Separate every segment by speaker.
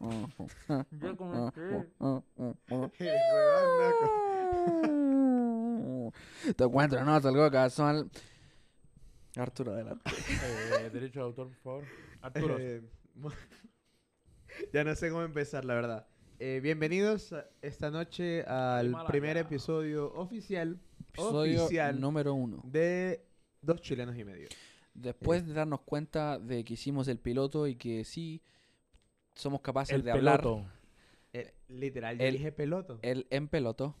Speaker 1: Ya
Speaker 2: Ah,
Speaker 1: como que.
Speaker 3: El huevón, naco.
Speaker 2: Te encuentro, no, algo casual. Arturo, adelante.
Speaker 1: Eh, derecho de autor, por favor. Arturo.
Speaker 3: Eh, mu- ya no sé cómo empezar, la verdad. Eh, bienvenidos a- esta noche al
Speaker 1: Himalaya.
Speaker 3: primer episodio oficial,
Speaker 2: Episodio
Speaker 3: oficial
Speaker 2: número uno.
Speaker 3: de Dos Chilenos y Medio.
Speaker 2: Después de darnos cuenta de que hicimos el piloto y que sí somos capaces
Speaker 1: el
Speaker 2: de hablar
Speaker 1: peloto.
Speaker 3: Eh, literal, yo
Speaker 2: el-
Speaker 3: dije peloto.
Speaker 2: el, en peloto.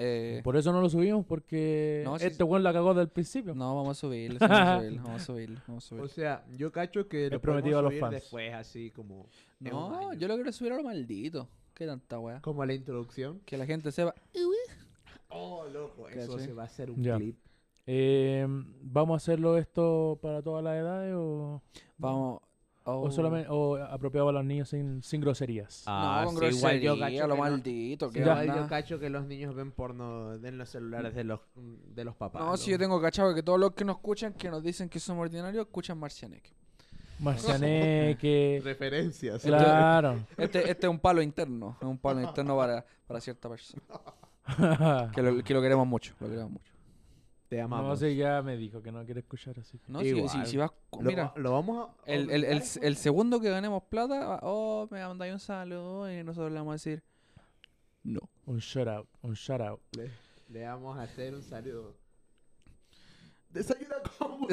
Speaker 2: Eh,
Speaker 1: Por eso no lo subimos, porque
Speaker 2: No, sí,
Speaker 1: este weón la cagó del principio.
Speaker 2: no, vamos a subirlo, sí, vamos a subirlo, vamos a subirlo, vamos a subirlo.
Speaker 3: o sea, yo cacho que lo podemos
Speaker 1: prometido a los
Speaker 3: subir
Speaker 1: fans.
Speaker 3: después, así como, en un
Speaker 2: No,
Speaker 3: año.
Speaker 2: yo lo quiero subir a lo maldito. Qué tanta weá.
Speaker 3: como a la introducción.
Speaker 2: Que la gente sepa.
Speaker 3: Oh, loco, eso
Speaker 2: ¿Cachai?
Speaker 3: se va a hacer un
Speaker 1: Ya.
Speaker 3: clip.
Speaker 1: Eh, ¿Vamos a hacerlo esto para todas las edades o,
Speaker 2: Vamos. Oh.
Speaker 1: o solamente o apropiado a los niños sin, sin groserías?
Speaker 3: Ah,
Speaker 2: No, con grosería, Ah, lo
Speaker 3: que no-
Speaker 2: maldito. que
Speaker 1: Ya.
Speaker 3: Igual
Speaker 2: onda.
Speaker 3: yo cacho que los niños ven porno en los celulares de los, de los papás.
Speaker 2: No, si yo tengo cachado que todos los que nos escuchan, que nos dicen que somos ordinarios, escuchan Marcianek.
Speaker 1: Marcianeque.
Speaker 3: Referencias.
Speaker 1: claro.
Speaker 2: Este, este es un palo interno, es un palo interno para, para cierta persona. Que lo, que lo queremos mucho, lo queremos mucho.
Speaker 3: Te
Speaker 1: no,
Speaker 3: amamos.
Speaker 1: sí, ya me dijo que no quiere escuchar así. que-
Speaker 2: No, si, si,
Speaker 3: Igual.
Speaker 2: si vas. con-
Speaker 3: Lo-
Speaker 2: Mira,
Speaker 3: lo, vamos a.
Speaker 2: el, el, el, el segundo que ganemos plata, va, oh, me mandáis un saludo y nosotros le vamos a decir. No.
Speaker 1: Un shout out, un shout out.
Speaker 3: Le, le vamos a hacer un saludo. Desayuna con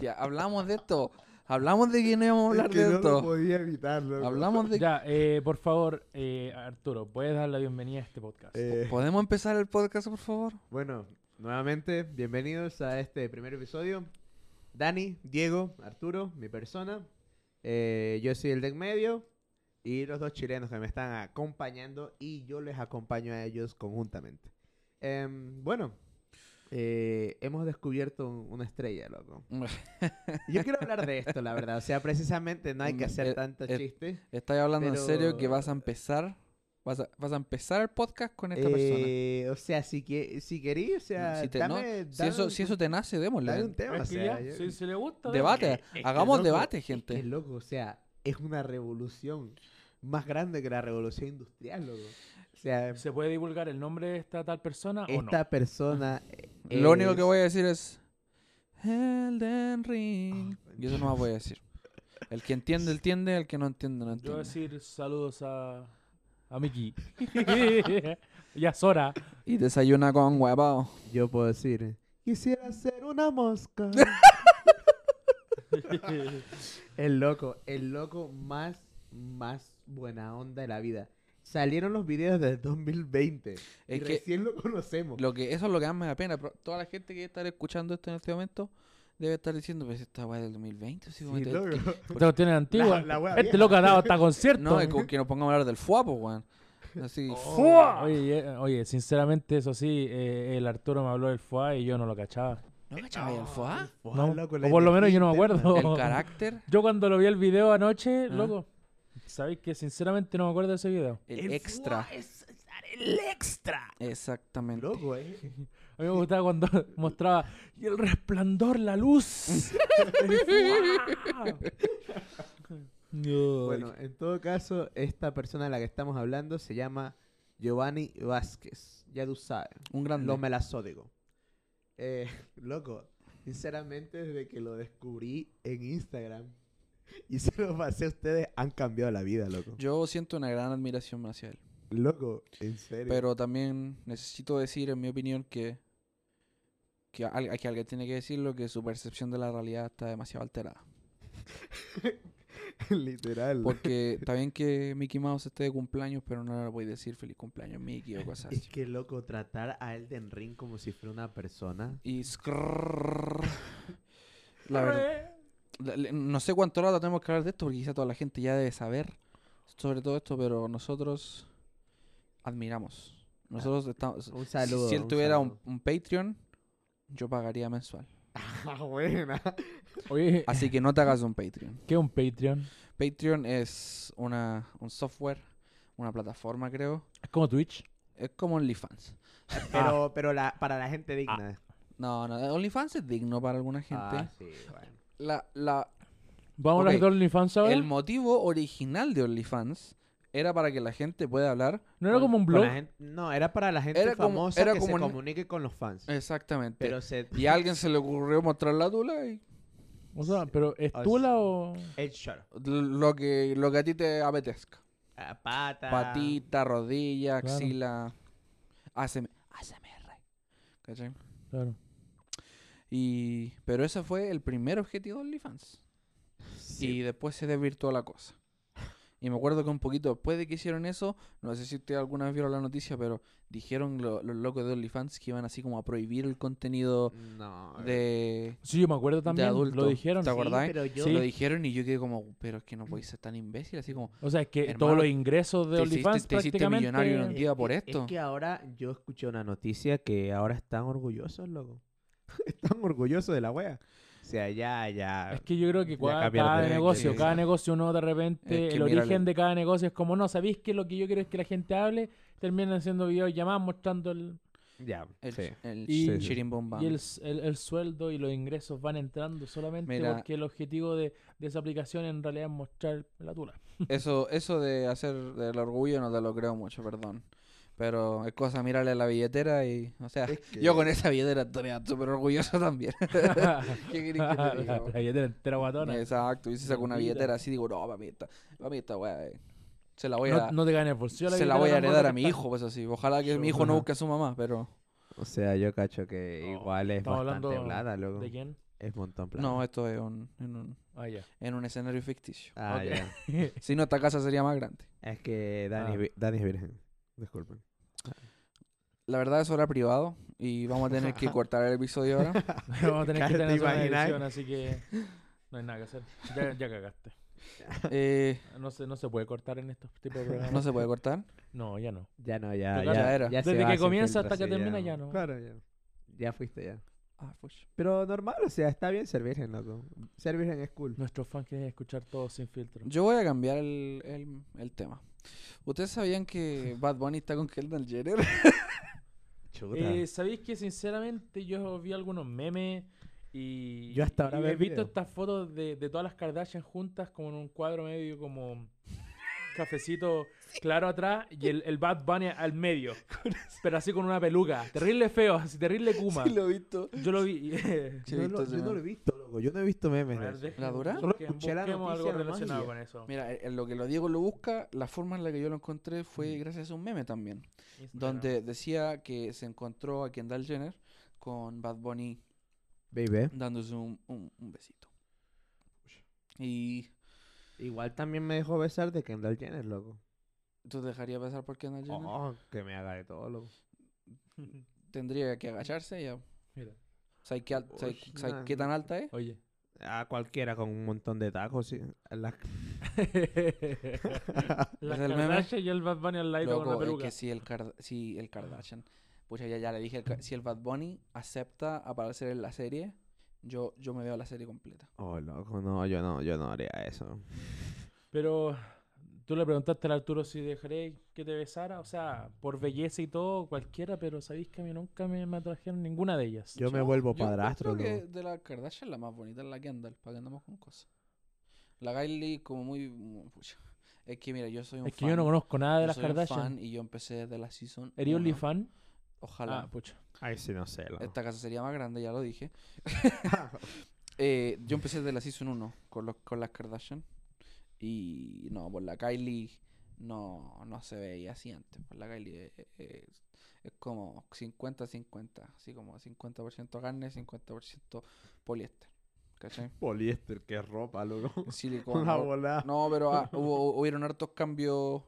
Speaker 2: ya, hablamos de esto. Hablamos de que no íbamos a hablar de
Speaker 3: No
Speaker 2: esto.
Speaker 3: podía evitarlo.
Speaker 2: Hablamos de.
Speaker 1: Ya, eh, por favor, eh, Arturo, puedes dar la bienvenida a este podcast.
Speaker 3: Eh,
Speaker 2: ¿Podemos empezar el podcast, por favor?
Speaker 3: bueno, nuevamente, bienvenidos a este primer episodio. Dani, Diego, Arturo, mi persona. Eh, yo soy el de en medio. Y los dos chilenos que me están acompañando. Y yo les acompaño a ellos conjuntamente. Em, bueno, eh, hemos descubierto un- una estrella, loco. Yo quiero hablar de esto, la verdad. O sea, precisamente no hay que
Speaker 2: Eh,
Speaker 3: hacer tanto
Speaker 2: eh,
Speaker 3: chiste.
Speaker 2: ¿Estás hablando en serio que
Speaker 3: Pero-
Speaker 2: vas a empezar? Vas a, vas a empezar el podcast con esta persona.
Speaker 3: Eh, O sea, si, que, si querí, o sea,
Speaker 2: Si, te- no,
Speaker 3: dame,
Speaker 2: si
Speaker 3: dame
Speaker 2: eso,
Speaker 3: un,
Speaker 2: si eso te nace, démosle.
Speaker 3: dame un tema. O
Speaker 1: Es que
Speaker 3: sea,
Speaker 1: ya,
Speaker 3: yo-
Speaker 1: si, si le gusta.
Speaker 2: Debate,
Speaker 3: es que,
Speaker 2: hagamos
Speaker 3: loco,
Speaker 2: debate,
Speaker 3: Es que,
Speaker 2: gente.
Speaker 3: loco, o sea, es una revolución más grande que la revolución industrial, loco. O sea,
Speaker 1: ¿Se puede divulgar el nombre de esta tal persona o no?
Speaker 3: esta persona.
Speaker 2: Lo único que
Speaker 3: es-
Speaker 2: voy a decir es Elden Ring.
Speaker 3: Ah,
Speaker 2: y eso no más voy a decir. El que entiende, entiende, el que no entiende, no
Speaker 1: Yo voy a
Speaker 2: entiende.
Speaker 1: decir saludos a, a Miki. y a Sora.
Speaker 2: Y desayuna con huevo.
Speaker 3: Yo puedo decir. Quisiera ser una mosca. el loco, el loco más, más buena onda de la vida. Salieron los videos del 2020. y
Speaker 2: Es que-
Speaker 3: recién lo conocemos.
Speaker 2: Lo que, eso es lo que más me da pena. Pero toda la gente que está escuchando esto en este momento debe estar diciendo, pues esta weá del 2020. si
Speaker 3: Sí,
Speaker 2: weón, te-
Speaker 3: loco.
Speaker 1: Esta cuestión es antigua.
Speaker 3: La- la wea
Speaker 1: este
Speaker 3: vieja.
Speaker 1: loco ha dado hasta concierto.
Speaker 2: No, es como que nos pongamos a hablar del fuapo, weón. Así,
Speaker 3: Oh, ¡Fua!
Speaker 1: Oye, eh, oye, sinceramente, eso sí, eh, el Arturo me habló del FUA y yo no lo cachaba.
Speaker 2: Eh, ¿no cachabas el fuá?
Speaker 3: Fua,
Speaker 1: No,
Speaker 3: loco, la
Speaker 1: o por lo menos
Speaker 3: energía
Speaker 1: yo no me
Speaker 3: interna.
Speaker 1: acuerdo.
Speaker 2: El carácter,
Speaker 1: Yo cuando lo vi el video anoche,
Speaker 2: Ah.
Speaker 1: loco, sabéis que sinceramente no me acuerdo de ese video.
Speaker 2: el,
Speaker 3: El
Speaker 2: extra.
Speaker 3: fua es- es el extra.
Speaker 2: Exactamente.
Speaker 3: Loco, eh.
Speaker 1: A mí me gustaba cuando mostraba y el resplandor, la luz.
Speaker 3: Bueno, en todo caso, esta persona de la que estamos hablando se llama Giovanni Vázquez. Ya tú sabes.
Speaker 2: Un grande.
Speaker 3: Lo melazódico. Eh, loco, sinceramente, desde que lo descubrí en Instagram y se lo pasé a ustedes, han cambiado la vida, loco.
Speaker 2: Yo siento una gran admiración hacia él.
Speaker 3: Loco, en serio.
Speaker 2: Pero también necesito decir, en mi opinión, que, que, al- que alguien tiene que decirlo, que su percepción de la realidad está demasiado alterada.
Speaker 3: Literal.
Speaker 2: Porque está bien que Mickey Mouse esté de cumpleaños, pero no le voy a decir feliz cumpleaños, Mickey o cosas
Speaker 3: Es
Speaker 2: así.
Speaker 3: que, loco, tratar a Elden Ring como si fuera una persona.
Speaker 2: Y scrrrr. La verdad. la- le- No sé cuánto rato tenemos que hablar de esto, porque quizá toda la gente ya debe saber sobre todo esto, pero nosotros admiramos. Nosotros estamos. si-
Speaker 3: Un saludo.
Speaker 2: si él
Speaker 3: Ah, un
Speaker 2: tuviera un,
Speaker 3: saludo.
Speaker 2: un Patreon, yo pagaría mensual.
Speaker 3: Ah, buena.
Speaker 1: Oye,
Speaker 2: Así que no te hagas un Patreon.
Speaker 1: ¿qué es un Patreon?
Speaker 2: Patreon es una, un software, una plataforma, creo.
Speaker 1: ¿Es como Twitch?
Speaker 2: Es como OnlyFans.
Speaker 3: Pero, pero la, para la gente
Speaker 2: Ah,
Speaker 3: digna.
Speaker 2: No, no, OnlyFans es digno para alguna gente.
Speaker 3: Ah, sí, bueno.
Speaker 2: La, la,
Speaker 1: Vamos a
Speaker 2: Ok.
Speaker 1: hablar de OnlyFans ahora.
Speaker 2: El motivo original de OnlyFans era para que la gente pueda hablar.
Speaker 1: No era como un
Speaker 3: Con
Speaker 1: blog.
Speaker 3: la gen- no, era para la gente
Speaker 2: Era como-
Speaker 3: famosa
Speaker 2: era
Speaker 3: que
Speaker 2: como
Speaker 3: se
Speaker 2: ni-
Speaker 3: comunique con los fans.
Speaker 2: Exactamente.
Speaker 3: Pero se...
Speaker 2: Y a alguien se le ocurrió mostrar la tula y
Speaker 1: O sea, pero ¿es
Speaker 3: O
Speaker 1: tula
Speaker 3: sea,
Speaker 1: o...?
Speaker 3: Headshot.
Speaker 2: lo que, lo que a ti te apetezca.
Speaker 3: Ah, Pata.
Speaker 2: Patita, rodilla,
Speaker 1: Claro.
Speaker 2: axila, ASM ASMR. ¿Cachai?
Speaker 1: Claro.
Speaker 2: Y, pero ese fue el primer objetivo de OnlyFans.
Speaker 3: Sí.
Speaker 2: Y después se desvirtuó la cosa. Y me acuerdo que un poquito después de que hicieron eso, no sé si ustedes alguna vez vieron la noticia, pero dijeron lo- los locos de OnlyFans que iban así como a prohibir el contenido
Speaker 3: No.
Speaker 2: de...
Speaker 1: Sí, yo me acuerdo también.
Speaker 2: adulto.
Speaker 1: Lo dijeron.
Speaker 2: ¿Te acuerdas?
Speaker 3: pero yo...
Speaker 1: Sí.
Speaker 2: Lo dijeron y yo quedé como, pero es que no podéis ser tan imbécil, así como...
Speaker 1: O sea, es que
Speaker 2: Hermano,
Speaker 1: todos los ingresos de
Speaker 2: te hiciste-
Speaker 1: OnlyFans
Speaker 2: te hiciste
Speaker 1: prácticamente...
Speaker 2: millonario en un día.
Speaker 3: Es
Speaker 2: por
Speaker 3: que-
Speaker 2: esto.
Speaker 3: Es que ahora yo escuché una noticia que ahora están orgullosos, loco. están orgullosos de la wea. O sea, ya,
Speaker 2: Ah,
Speaker 3: ya.
Speaker 1: Es que yo creo que
Speaker 3: Ya
Speaker 1: cua- cada,
Speaker 3: cambiaron de-
Speaker 1: negocio,
Speaker 2: de-
Speaker 1: cada negocio uno de repente,
Speaker 2: Es que
Speaker 1: el
Speaker 2: mírale.
Speaker 1: origen de cada negocio es como, no, ¿sabéis que lo que yo quiero es que la gente hable? Terminan haciendo videollamadas mostrando el,
Speaker 3: Ya,
Speaker 2: El,
Speaker 3: sí.
Speaker 2: el ch-
Speaker 1: Y-
Speaker 3: Sí, sí.
Speaker 2: chirimbombam.
Speaker 1: y el, s- el- el sueldo y los ingresos van entrando solamente
Speaker 2: Mira.
Speaker 1: porque el objetivo de, de esa aplicación en realidad es mostrar la tula.
Speaker 2: Eso, eso de hacer del orgullo no te lo creo mucho, perdón. Pero es cosa mirarle la billetera y, o sea, yo con esa billetera estaría súper orgulloso también. ¿Qué querés que
Speaker 1: la
Speaker 2: te diga,
Speaker 1: la billetera entera guatona.
Speaker 2: Exacto, y si saco una
Speaker 1: Mira.
Speaker 2: billetera así, digo, no, para mí esta, para mí esta weá, eh, se la voy a,
Speaker 1: No, no te ganes por bolsillo la
Speaker 2: se la
Speaker 1: billetera
Speaker 2: voy a
Speaker 1: tan gorda
Speaker 2: heredar
Speaker 1: que
Speaker 2: a mi
Speaker 1: está.
Speaker 2: hijo, pues así. Ojalá que mi hijo no busque a su mamá, pero
Speaker 3: O sea, yo cacho que
Speaker 2: Oh,
Speaker 1: No,
Speaker 3: igual es
Speaker 1: estamos
Speaker 3: bastante
Speaker 1: hablando
Speaker 3: plata, loco.
Speaker 1: ¿De quién?
Speaker 3: Es montón plata.
Speaker 2: no, esto es un- en, un,
Speaker 1: Ah, ya.
Speaker 2: en un escenario ficticio.
Speaker 3: Ah,
Speaker 1: ok.
Speaker 3: ya.
Speaker 2: Si no, esta casa sería más grande.
Speaker 3: Es que Dani,
Speaker 1: Ah.
Speaker 3: es vi- Dani es virgen. Disculpen.
Speaker 2: La verdad, eso era privado y vamos a tener que cortar el episodio ahora.
Speaker 1: Vamos a tener que
Speaker 3: Claro,
Speaker 1: tener
Speaker 3: te
Speaker 1: una
Speaker 3: imaginas.
Speaker 1: edición, así que no hay nada que hacer. Ya, ya cagaste.
Speaker 2: Eh,
Speaker 1: No se, no se puede cortar en estos tipos de programas.
Speaker 2: no se puede cortar.
Speaker 1: No, ya no.
Speaker 3: Ya no, ya.
Speaker 2: ya
Speaker 1: Total,
Speaker 3: Ya,
Speaker 2: era.
Speaker 3: ya se
Speaker 1: Desde
Speaker 3: va
Speaker 1: que
Speaker 3: sin
Speaker 1: comienza
Speaker 3: filtro,
Speaker 1: hasta que
Speaker 3: sí,
Speaker 1: termina, ya no.
Speaker 3: Claro, ya. Ya fuiste ya.
Speaker 2: Ah, fush.
Speaker 3: Pero normal, o sea, está bien ser virgen, loco. Ser virgen es cool.
Speaker 1: Nuestros fans quieren escuchar todo sin filtro.
Speaker 2: Yo voy a cambiar el, el- el tema. ¿Ustedes sabían que Bad Bunny está con Kendall Jenner?
Speaker 3: Chuta.
Speaker 1: Eh, ¿Sabéis que sinceramente yo vi algunos memes y...
Speaker 3: Yo hasta ahora
Speaker 1: y
Speaker 3: veo
Speaker 1: he
Speaker 3: el
Speaker 1: visto
Speaker 3: video.
Speaker 1: estas fotos de, de todas las Kardashian juntas como en un cuadro medio como... Cafecito claro atrás y el, el Bad Bunny al medio. Pero así con una peluca. Terrible feo, así terrible Kuma.
Speaker 2: Sí, lo he visto.
Speaker 1: Yo lo vi.
Speaker 2: Sí, he
Speaker 3: no
Speaker 2: visto
Speaker 3: lo,
Speaker 2: ese
Speaker 3: yo no
Speaker 2: meme.
Speaker 3: lo he visto, loco. Yo no he visto memes. de
Speaker 1: A ver,
Speaker 3: eso.
Speaker 1: dejen-
Speaker 2: ¿La dura?
Speaker 1: busquen-
Speaker 3: Escuché la
Speaker 1: busquemos algo
Speaker 3: noticia nomás y
Speaker 1: relacionado
Speaker 3: ya.
Speaker 1: con eso.
Speaker 2: Mira, en lo que lo Diego lo busca, la forma en la que yo lo encontré fue
Speaker 3: Mm.
Speaker 2: gracias a un meme también.
Speaker 1: Instagram.
Speaker 2: Donde decía que se encontró a Kendall Jenner con Bad Bunny
Speaker 3: Baby.
Speaker 2: dándose un, un- un besito. Y
Speaker 3: Igual también me dejó besar de Kendall Jenner, loco.
Speaker 2: tú dejarías pasar por Kendall Jenner.
Speaker 3: Oh, que me haga de todo, loco.
Speaker 2: Tendría que agacharse ya.
Speaker 1: Mira.
Speaker 2: ¿Sabes qué, al- sabes-
Speaker 3: Ush,
Speaker 2: sabes
Speaker 3: nah,
Speaker 2: qué tan
Speaker 3: no.
Speaker 2: alta es?
Speaker 1: Oye.
Speaker 3: A cualquiera con un montón de tacos, sí. A la-
Speaker 1: La
Speaker 2: ¿Es el meme?
Speaker 1: Kardashian y el Bad Bunny al lado con una
Speaker 2: Loco, es
Speaker 1: peluca.
Speaker 2: que si el, Kard- si el Kardashian, pucha, ya, ya le dije, el Ka- si el Bad Bunny acepta aparecer en la serie, yo, yo me veo la serie completa.
Speaker 3: Oh, loco, no, yo no, yo no haría eso.
Speaker 1: Pero tú le preguntaste al Arturo si dejaré que te besara. O sea, por belleza y todo, cualquiera, pero sabéis que a mí nunca me, me atrajeron ninguna de ellas.
Speaker 3: Yo me vuelvo
Speaker 2: Yo
Speaker 3: padrastro,
Speaker 2: creo que
Speaker 3: loco.
Speaker 2: de la Kardashian la más bonita es la Kendall, para que andamos con cosas. La Kylie como muy... muy- pucha. Es que mira, yo soy un
Speaker 1: Es que
Speaker 2: fan.
Speaker 1: yo no conozco nada de
Speaker 2: yo
Speaker 1: las
Speaker 2: soy un
Speaker 1: Kardashian.
Speaker 2: fan y yo empecé desde la season
Speaker 1: ¿Eres
Speaker 2: uno.
Speaker 1: OnlyFan?
Speaker 2: Ojalá.
Speaker 1: Ah, pucha.
Speaker 3: Ay, sí, no sé, loco.
Speaker 2: Esta casa sería más grande, ya lo dije. Eh, yo empecé desde la Season 1 con, los, con las Kardashian. Y no, pues la Kylie no, no se veía así antes. Pues la Kylie es, es- es como 50-50. Así como 50% carne, 50% poliéster. ¿Cachai?
Speaker 3: Poliéster, qué ropa, loco.
Speaker 2: Silicona.
Speaker 3: Una
Speaker 2: o-
Speaker 3: bola.
Speaker 2: No, pero ah, hubo, hubieron hartos cambios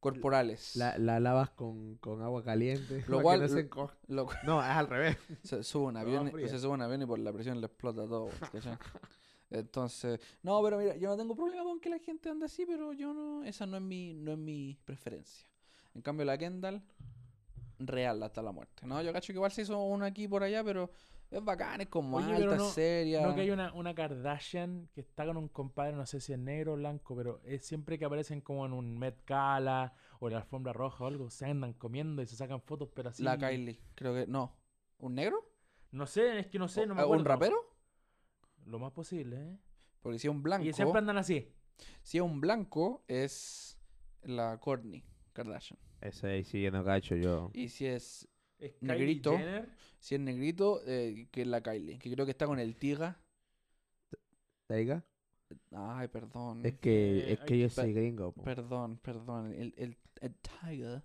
Speaker 2: corporales.
Speaker 3: La, la lavas con, con agua caliente.
Speaker 2: Lo
Speaker 3: para que
Speaker 2: cual-
Speaker 3: no, se
Speaker 2: lo-
Speaker 3: encoja.
Speaker 2: Lo-
Speaker 3: No, es al revés.
Speaker 2: Se sube un
Speaker 3: Agua
Speaker 2: avión, y-
Speaker 3: fría.
Speaker 2: se sube un avión y por la presión le explota todo, ¿cachai? Entonces, no, pero mira, yo no tengo problema con que la gente ande así, pero yo no, esa no es mi, no es mi preferencia. En cambio, la Kendall, real hasta la muerte. No, yo cacho que igual se hizo una aquí y por allá, pero es bacán, es como
Speaker 1: Oye, pero
Speaker 2: alta,
Speaker 1: no-
Speaker 2: es seria.
Speaker 1: No que hay una, una Kardashian que está con un compadre, no sé si es negro o blanco, pero es siempre que aparecen como en un Met Gala o en la alfombra roja o algo, se andan comiendo y se sacan fotos, pero así.
Speaker 2: La Kylie, creo que, no. ¿Un negro?
Speaker 1: No sé, es que no sé, no me
Speaker 2: ¿O- eh,
Speaker 1: acuerdo.
Speaker 2: ¿Un rapero?
Speaker 1: Lo más posible, ¿eh?
Speaker 2: Porque si es un blanco.
Speaker 1: Y siempre andan así.
Speaker 2: Si es un blanco, es la Courtney Kardashian.
Speaker 3: Ese ahí sí yo no cacho yo.
Speaker 2: Y si es,
Speaker 1: Es Kylie
Speaker 2: Negrito.
Speaker 1: Jenner.
Speaker 2: si es negrito, eh, que es la Kylie. Que creo que está con el Tiga.
Speaker 3: ¿Taiga?
Speaker 2: Ay, perdón.
Speaker 3: Es que,
Speaker 1: Eh,
Speaker 3: es
Speaker 1: hay
Speaker 3: que yo
Speaker 1: que-
Speaker 3: soy gringo. po.
Speaker 2: Perdón, perdón. El, el, el Tiger.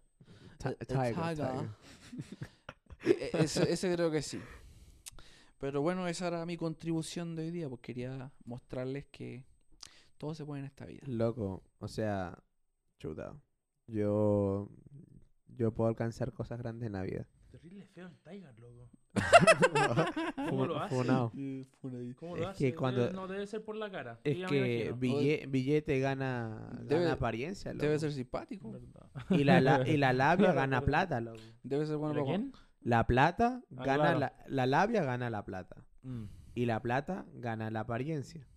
Speaker 3: Ti-
Speaker 2: el
Speaker 3: Tiger,
Speaker 2: Tiger.
Speaker 3: Tiger.
Speaker 2: E- e- ese, ese creo que sí. Pero bueno, esa era mi contribución de hoy día, porque quería mostrarles que todo se puede en esta vida.
Speaker 3: Loco, o sea, chuta. Yo, yo puedo alcanzar cosas grandes en la vida.
Speaker 1: Terrible feo el Tiger, loco.
Speaker 3: Fu-
Speaker 1: lo hace?
Speaker 3: funao.
Speaker 1: ¿Cómo
Speaker 3: Es
Speaker 1: lo
Speaker 3: que
Speaker 1: hace? Debe-
Speaker 3: cuando-
Speaker 1: No debe ser por la cara.
Speaker 3: Es
Speaker 1: Yo ya me
Speaker 3: que
Speaker 1: imagino.
Speaker 3: bille- billete gana, gana
Speaker 2: Debe-
Speaker 3: apariencia, loco.
Speaker 2: Debe ser simpático.
Speaker 1: Verdad.
Speaker 3: Y la, la- y la labia
Speaker 1: Claro,
Speaker 3: gana
Speaker 1: claro.
Speaker 3: plata, loco.
Speaker 2: Debe ser bueno
Speaker 1: ¿Pero
Speaker 2: para-
Speaker 1: quién?
Speaker 3: La plata
Speaker 1: Ah,
Speaker 3: gana
Speaker 1: claro.
Speaker 3: la, la labia gana la plata.
Speaker 2: Mm.
Speaker 3: Y la plata gana la apariencia.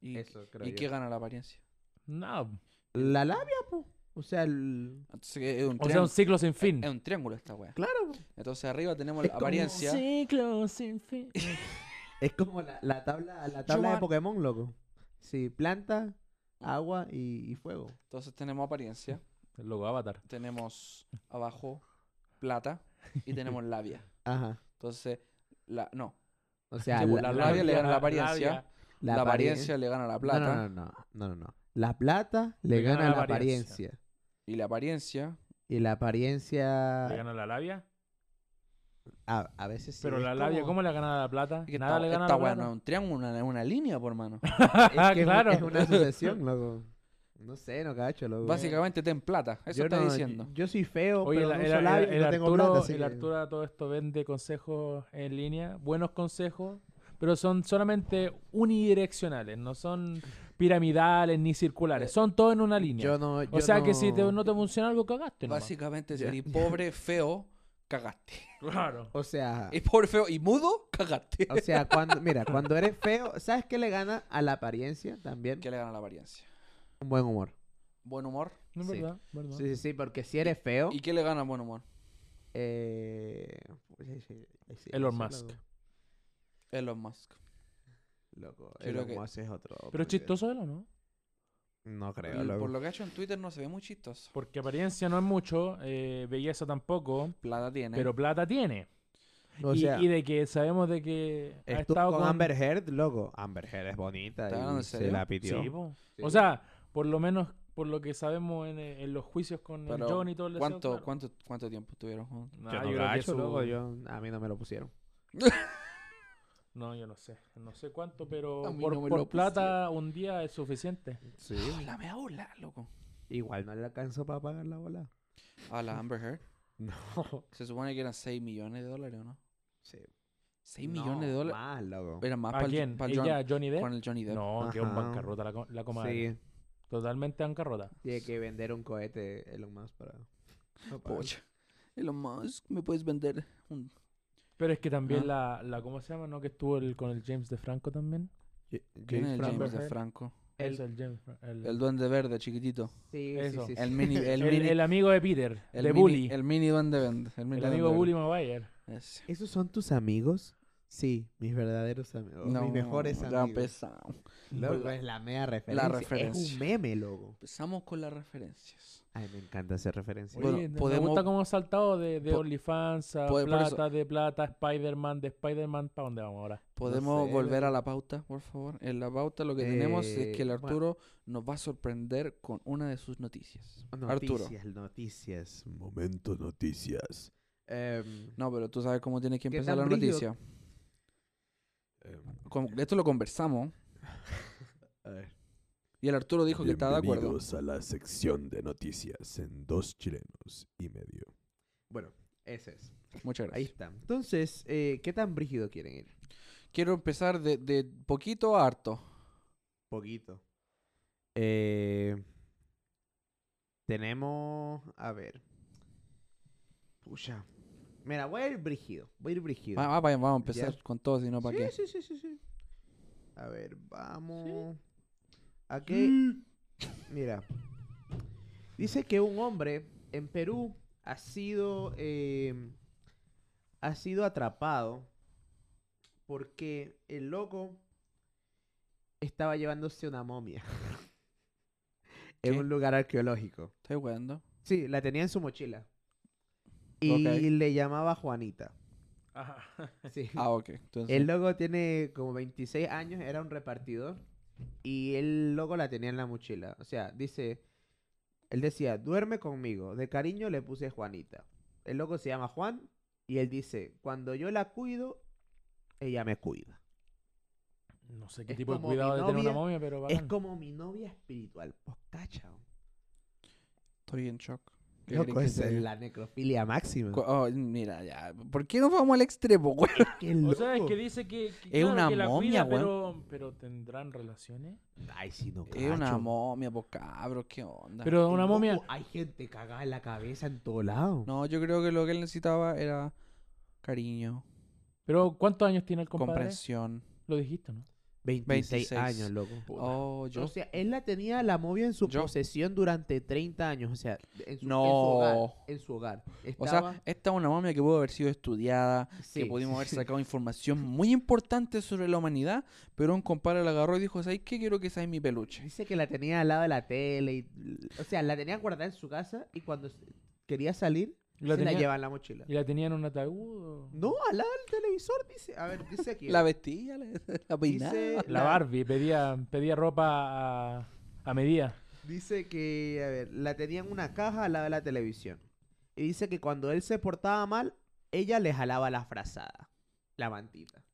Speaker 2: ¿Y,
Speaker 3: creo
Speaker 2: y qué gana la apariencia?
Speaker 1: Nada.
Speaker 3: La labia, po. O sea, el...
Speaker 2: Entonces que es un,
Speaker 1: O sea, un
Speaker 2: triángulo-
Speaker 1: ciclo sin fin.
Speaker 2: es un triángulo esta wea.
Speaker 3: Claro, po.
Speaker 2: Entonces arriba tenemos
Speaker 3: Es
Speaker 2: la
Speaker 3: como-
Speaker 2: apariencia.
Speaker 1: ciclo sin fin.
Speaker 3: Es como la, la tabla, la tabla de
Speaker 2: Chuan.
Speaker 3: Pokémon, loco. Sí, planta, agua y, y fuego.
Speaker 2: Entonces tenemos apariencia.
Speaker 1: El loco Avatar.
Speaker 2: Tenemos abajo plata y tenemos labia.
Speaker 3: Ajá.
Speaker 2: Entonces, la, no,
Speaker 3: O sea,
Speaker 2: Sí, po,
Speaker 1: pues,
Speaker 2: la labia le gana la apariencia.
Speaker 1: labia.
Speaker 2: la, apariencia le gana la plata
Speaker 3: No, no, no, no, no, no. La plata le, gana, la apariencia.
Speaker 2: y la apariencia
Speaker 3: Y la apariencia
Speaker 2: Ah.
Speaker 1: Le gana la labia.
Speaker 3: a, a veces sí
Speaker 1: Pero
Speaker 3: es
Speaker 1: la labia,
Speaker 3: como-
Speaker 1: ¿cómo le gana la plata?
Speaker 2: Es que
Speaker 1: Nada
Speaker 2: esta,
Speaker 1: le gana
Speaker 2: esta
Speaker 1: la
Speaker 2: weá
Speaker 1: plata.
Speaker 2: no es un triángulo, una, es una línea, por mano.
Speaker 1: Ah,
Speaker 3: es que es un-
Speaker 1: claro.
Speaker 3: es una sucesión, loco. No sé, no cacho, loco.
Speaker 2: Básicamente ten plata, eso
Speaker 3: Yo
Speaker 2: está
Speaker 3: no-
Speaker 2: diciendo.
Speaker 3: Yo, soy feo,
Speaker 1: Oye, el,
Speaker 3: pero no
Speaker 1: el-
Speaker 3: uso
Speaker 1: el-
Speaker 3: labia y
Speaker 1: el
Speaker 3: no tengo
Speaker 1: Arturo,
Speaker 3: plata, así
Speaker 1: el
Speaker 3: que-
Speaker 1: Arturo a todo esto vende consejos en línea, buenos consejos, pero son solamente unidireccionales, no son piramidales ni circulares, son todo en una línea.
Speaker 3: Eh, Yo no, yo
Speaker 1: o sea que si te-
Speaker 3: no-
Speaker 1: no te funciona algo, cagaste. nomás.
Speaker 2: Básicamente, si
Speaker 3: Ya.
Speaker 2: eres pobre, feo, cagaste.
Speaker 1: Claro.
Speaker 3: O sea,
Speaker 2: Es pobre, feo y mudo, cagaste.
Speaker 3: o sea, cuando, mira, cuando eres feo, ¿sabes qué le gana a la apariencia también?
Speaker 2: ¿Qué le gana la apariencia?
Speaker 3: Un buen humor.
Speaker 2: Buen humor.
Speaker 1: No, es
Speaker 3: Sí.
Speaker 1: verdad, verdad.
Speaker 3: Sí, sí, sí, porque si eres feo,
Speaker 2: ¿Y qué le gana el buen humor?
Speaker 3: eh... sí, sí, sí,
Speaker 1: Elon
Speaker 3: sí,
Speaker 1: Musk.
Speaker 3: loco.
Speaker 2: Elon Musk.
Speaker 3: Loco,
Speaker 2: creo
Speaker 3: Elon
Speaker 2: que-
Speaker 3: Musk es otro.
Speaker 1: Pero
Speaker 3: porque-
Speaker 1: es chistoso él o no?
Speaker 3: No creo,
Speaker 2: El-
Speaker 3: loco.
Speaker 2: por lo que ha hecho en Twitter no se ve muy chistoso.
Speaker 1: Porque apariencia no es mucho, eh, belleza tampoco,
Speaker 2: Plata tiene.
Speaker 1: pero plata tiene.
Speaker 3: O
Speaker 1: y,
Speaker 3: sea,
Speaker 1: y de que sabemos de que ha
Speaker 3: estuvo
Speaker 1: estado
Speaker 3: con, Amber Heard, loco. Amber Heard es bonita
Speaker 2: ¿Está hablando en
Speaker 3: y se
Speaker 2: serio?
Speaker 3: la pidió.
Speaker 1: Sí, po.
Speaker 3: Sí.
Speaker 1: O sea, por lo menos por lo que sabemos en, eh, en los juicios con el
Speaker 2: Pero,
Speaker 1: John y todo el deseo,
Speaker 2: ¿Cuánto,
Speaker 1: claro.
Speaker 2: cuánto, ¿Cuánto tiempo estuvieron juntos?
Speaker 1: Nah,
Speaker 3: yo no
Speaker 1: Ah, yo creo que
Speaker 3: gacho,
Speaker 1: su-
Speaker 3: loco, yo- a mí no me lo pusieron.
Speaker 1: No, yo no sé. No sé cuánto, pero
Speaker 2: A mí
Speaker 1: por,
Speaker 2: no me
Speaker 1: por
Speaker 2: lo
Speaker 1: plata un día es suficiente.
Speaker 3: Sí.
Speaker 2: la me hola, loco.
Speaker 3: Ah, Igual no le alcanzó para pagar la bola.
Speaker 2: A la Amber Heard.
Speaker 3: No.
Speaker 2: Se supone que eran 6 millones de dólares, ¿o no?
Speaker 3: Sí.
Speaker 2: 6 millones de dólares.
Speaker 3: Más, loco.
Speaker 2: Era más
Speaker 1: ¿A
Speaker 2: para
Speaker 1: quién?
Speaker 2: el, para
Speaker 1: ¿Ella,
Speaker 2: Ah, John,
Speaker 1: Johnny Depp?
Speaker 2: con el Johnny Depp.
Speaker 1: No, que un
Speaker 3: Ajá.
Speaker 1: bancarrota la, co- la comadre.
Speaker 3: Sí.
Speaker 1: Totalmente bancarrota.
Speaker 3: Tiene que vender un cohete Elon Musk para. para pagar.
Speaker 2: Pocha. Elon Musk, ¿me puedes vender un...?
Speaker 1: Pero es que también
Speaker 2: Ah.
Speaker 1: la, la, ¿cómo se llama? ¿No? Que estuvo el- con el James DeFranco también.
Speaker 3: J-
Speaker 2: ¿Quién es el
Speaker 3: James Franco.
Speaker 2: James de
Speaker 1: Heard.
Speaker 2: Franco?
Speaker 1: Es
Speaker 3: El-
Speaker 1: el James Fra- el-
Speaker 2: El duende verde, chiquitito.
Speaker 3: Sí,
Speaker 1: Eso.
Speaker 3: sí, sí, sí.
Speaker 2: El mini... El,
Speaker 1: el-
Speaker 2: mini,
Speaker 1: el amigo de Peter,
Speaker 2: el
Speaker 1: de
Speaker 2: mini-
Speaker 1: Bully. El,
Speaker 2: El mini duende verde. El, mini
Speaker 1: amigo
Speaker 2: duende
Speaker 1: Bully
Speaker 2: verde.
Speaker 1: Maguire.
Speaker 2: Ese.
Speaker 3: ¿Esos son tus amigos? Sí, mis verdaderos amigos.
Speaker 2: No,
Speaker 3: mis mejores
Speaker 2: Ya
Speaker 3: amigos.
Speaker 2: empezamos.
Speaker 3: Loco,
Speaker 2: La-
Speaker 3: es la mea referencia. Es
Speaker 2: referencia.
Speaker 3: un meme, loco.
Speaker 2: Empezamos con las referencias.
Speaker 3: Ay, me encanta hacer referencia.
Speaker 1: Oye,
Speaker 2: Bueno,
Speaker 1: me-
Speaker 2: podemos-
Speaker 1: me gusta cómo ha saltado de, de
Speaker 2: po-
Speaker 1: OnlyFans a
Speaker 2: puede- por eso-
Speaker 1: plata, de plata, Spider-Man, de Spider-Man, ¿para dónde vamos ahora?
Speaker 2: ¿Podemos
Speaker 3: sé,
Speaker 2: volver
Speaker 3: loco.
Speaker 2: a la pauta, por favor? En la pauta lo que tenemos es que el
Speaker 3: Eh, bueno.
Speaker 2: Arturo nos va a sorprender con una de sus noticias. Arturo.
Speaker 3: Noticias, noticias. Momento noticias. Em,
Speaker 2: No, pero tú sabes cómo tiene que
Speaker 3: ¿Qué
Speaker 2: empezar la
Speaker 3: tan brillo?
Speaker 2: noticia. Con- esto lo conversamos
Speaker 3: em, a ver.
Speaker 2: y el Arturo dijo que estaba de acuerdo.
Speaker 4: Bienvenidos a la sección de noticias en dos chilenos y medio.
Speaker 3: Bueno, ese es.
Speaker 2: Muchas
Speaker 3: Ahí
Speaker 2: gracias.
Speaker 3: está. Entonces, eh, ¿qué tan brígido quieren ir?
Speaker 2: Quiero empezar de, de poquito a harto.
Speaker 3: Poquito. Eh, tenemos. A ver. Pucha. Mira, voy a ir brígido. Voy a ir brígido.
Speaker 2: Va- va- Ah, vaya, vamos a empezar con todo, si no, ¿para
Speaker 3: sí,
Speaker 2: qué?
Speaker 3: sí, sí, sí, sí. A ver, vamos. ¿A qué? Mira. Dice que un hombre en Perú ha sido. eh, ha sido atrapado. Porque el loco estaba llevándose una momia en
Speaker 2: ¿Qué?
Speaker 3: un lugar arqueológico.
Speaker 2: Estoy jugando.
Speaker 3: Sí, la tenía en su mochila. Y
Speaker 2: Ok.
Speaker 3: le llamaba Juanita.
Speaker 1: Ajá.
Speaker 3: Sí.
Speaker 2: Ah, ok. Entonces,
Speaker 3: El loco tiene como 26 años, era un repartidor. Y el loco la tenía en la mochila. O sea, dice. Él decía, duerme conmigo. De cariño le puse Juanita. El loco se llama Juan. Y él dice, cuando yo la cuido, ella me cuida.
Speaker 1: No sé qué
Speaker 3: Es
Speaker 1: tipo de
Speaker 3: como
Speaker 1: cuidado
Speaker 3: mi
Speaker 1: de tener una
Speaker 3: novia,
Speaker 1: momia, pero
Speaker 3: Es
Speaker 1: bacán.
Speaker 3: como mi novia espiritual. Pues cacha.
Speaker 2: estoy en shock. ¿Qué
Speaker 3: Loco,
Speaker 2: queréis que
Speaker 3: esa
Speaker 2: te
Speaker 3: es
Speaker 2: diga?
Speaker 3: la necrofilia máxima.
Speaker 2: Cu- oh, mira, ya. ¿Por qué nos vamos al extremo, güey?
Speaker 3: Qué
Speaker 1: O sea, es
Speaker 3: loco.
Speaker 1: que dice que, que
Speaker 2: Es una
Speaker 1: que la
Speaker 2: momia,
Speaker 1: cuida,
Speaker 2: weón.
Speaker 1: pero, pero tendrán relaciones.
Speaker 3: Ay, sí, no
Speaker 2: Es una
Speaker 3: cacho.
Speaker 2: momia, pues cabros, qué onda.
Speaker 1: Pero una
Speaker 3: Loco,
Speaker 1: momia.
Speaker 3: Hay gente cagada en la cabeza en todo lado.
Speaker 2: No, yo creo que lo que él necesitaba era cariño,
Speaker 1: Pero ¿cuántos años tiene el compadre?
Speaker 2: comprensión.
Speaker 1: Lo dijiste, ¿no?
Speaker 3: 26,
Speaker 2: 26.
Speaker 3: años, loco.
Speaker 2: Oh, yo.
Speaker 3: O sea, él la tenía la movia en su
Speaker 2: Yo.
Speaker 3: posesión durante 30 años. O sea, en su,
Speaker 2: No.
Speaker 3: en su hogar. En su hogar.
Speaker 2: O sea,
Speaker 3: Estaba-
Speaker 2: esta es una momia que pudo haber sido estudiada,
Speaker 3: sí,
Speaker 2: que pudimos haber
Speaker 3: sí,
Speaker 2: sacado información muy importante sobre la humanidad, pero un compadre la agarró y dijo, ¿sabes qué? Quiero que seáis mi peluche.
Speaker 3: Dice que la tenía al lado de la tele. y- o sea, la tenía guardada en su casa y cuando s- quería salir,
Speaker 1: Y la,
Speaker 3: se la
Speaker 1: tenía,
Speaker 3: llevaba en la mochila.
Speaker 1: ¿Y la tenía en un ataúd? o-
Speaker 3: No, al lado del televisor, dice. A ver, dice aquí.
Speaker 2: La vestía, la, la peinaba.
Speaker 3: dice,
Speaker 1: La Barbie pedía, pedía ropa a, a medida.
Speaker 3: Dice que, a ver, la tenía en una caja al lado de la televisión. Y dice que cuando él se portaba mal, ella le jalaba la frazada, la mantita.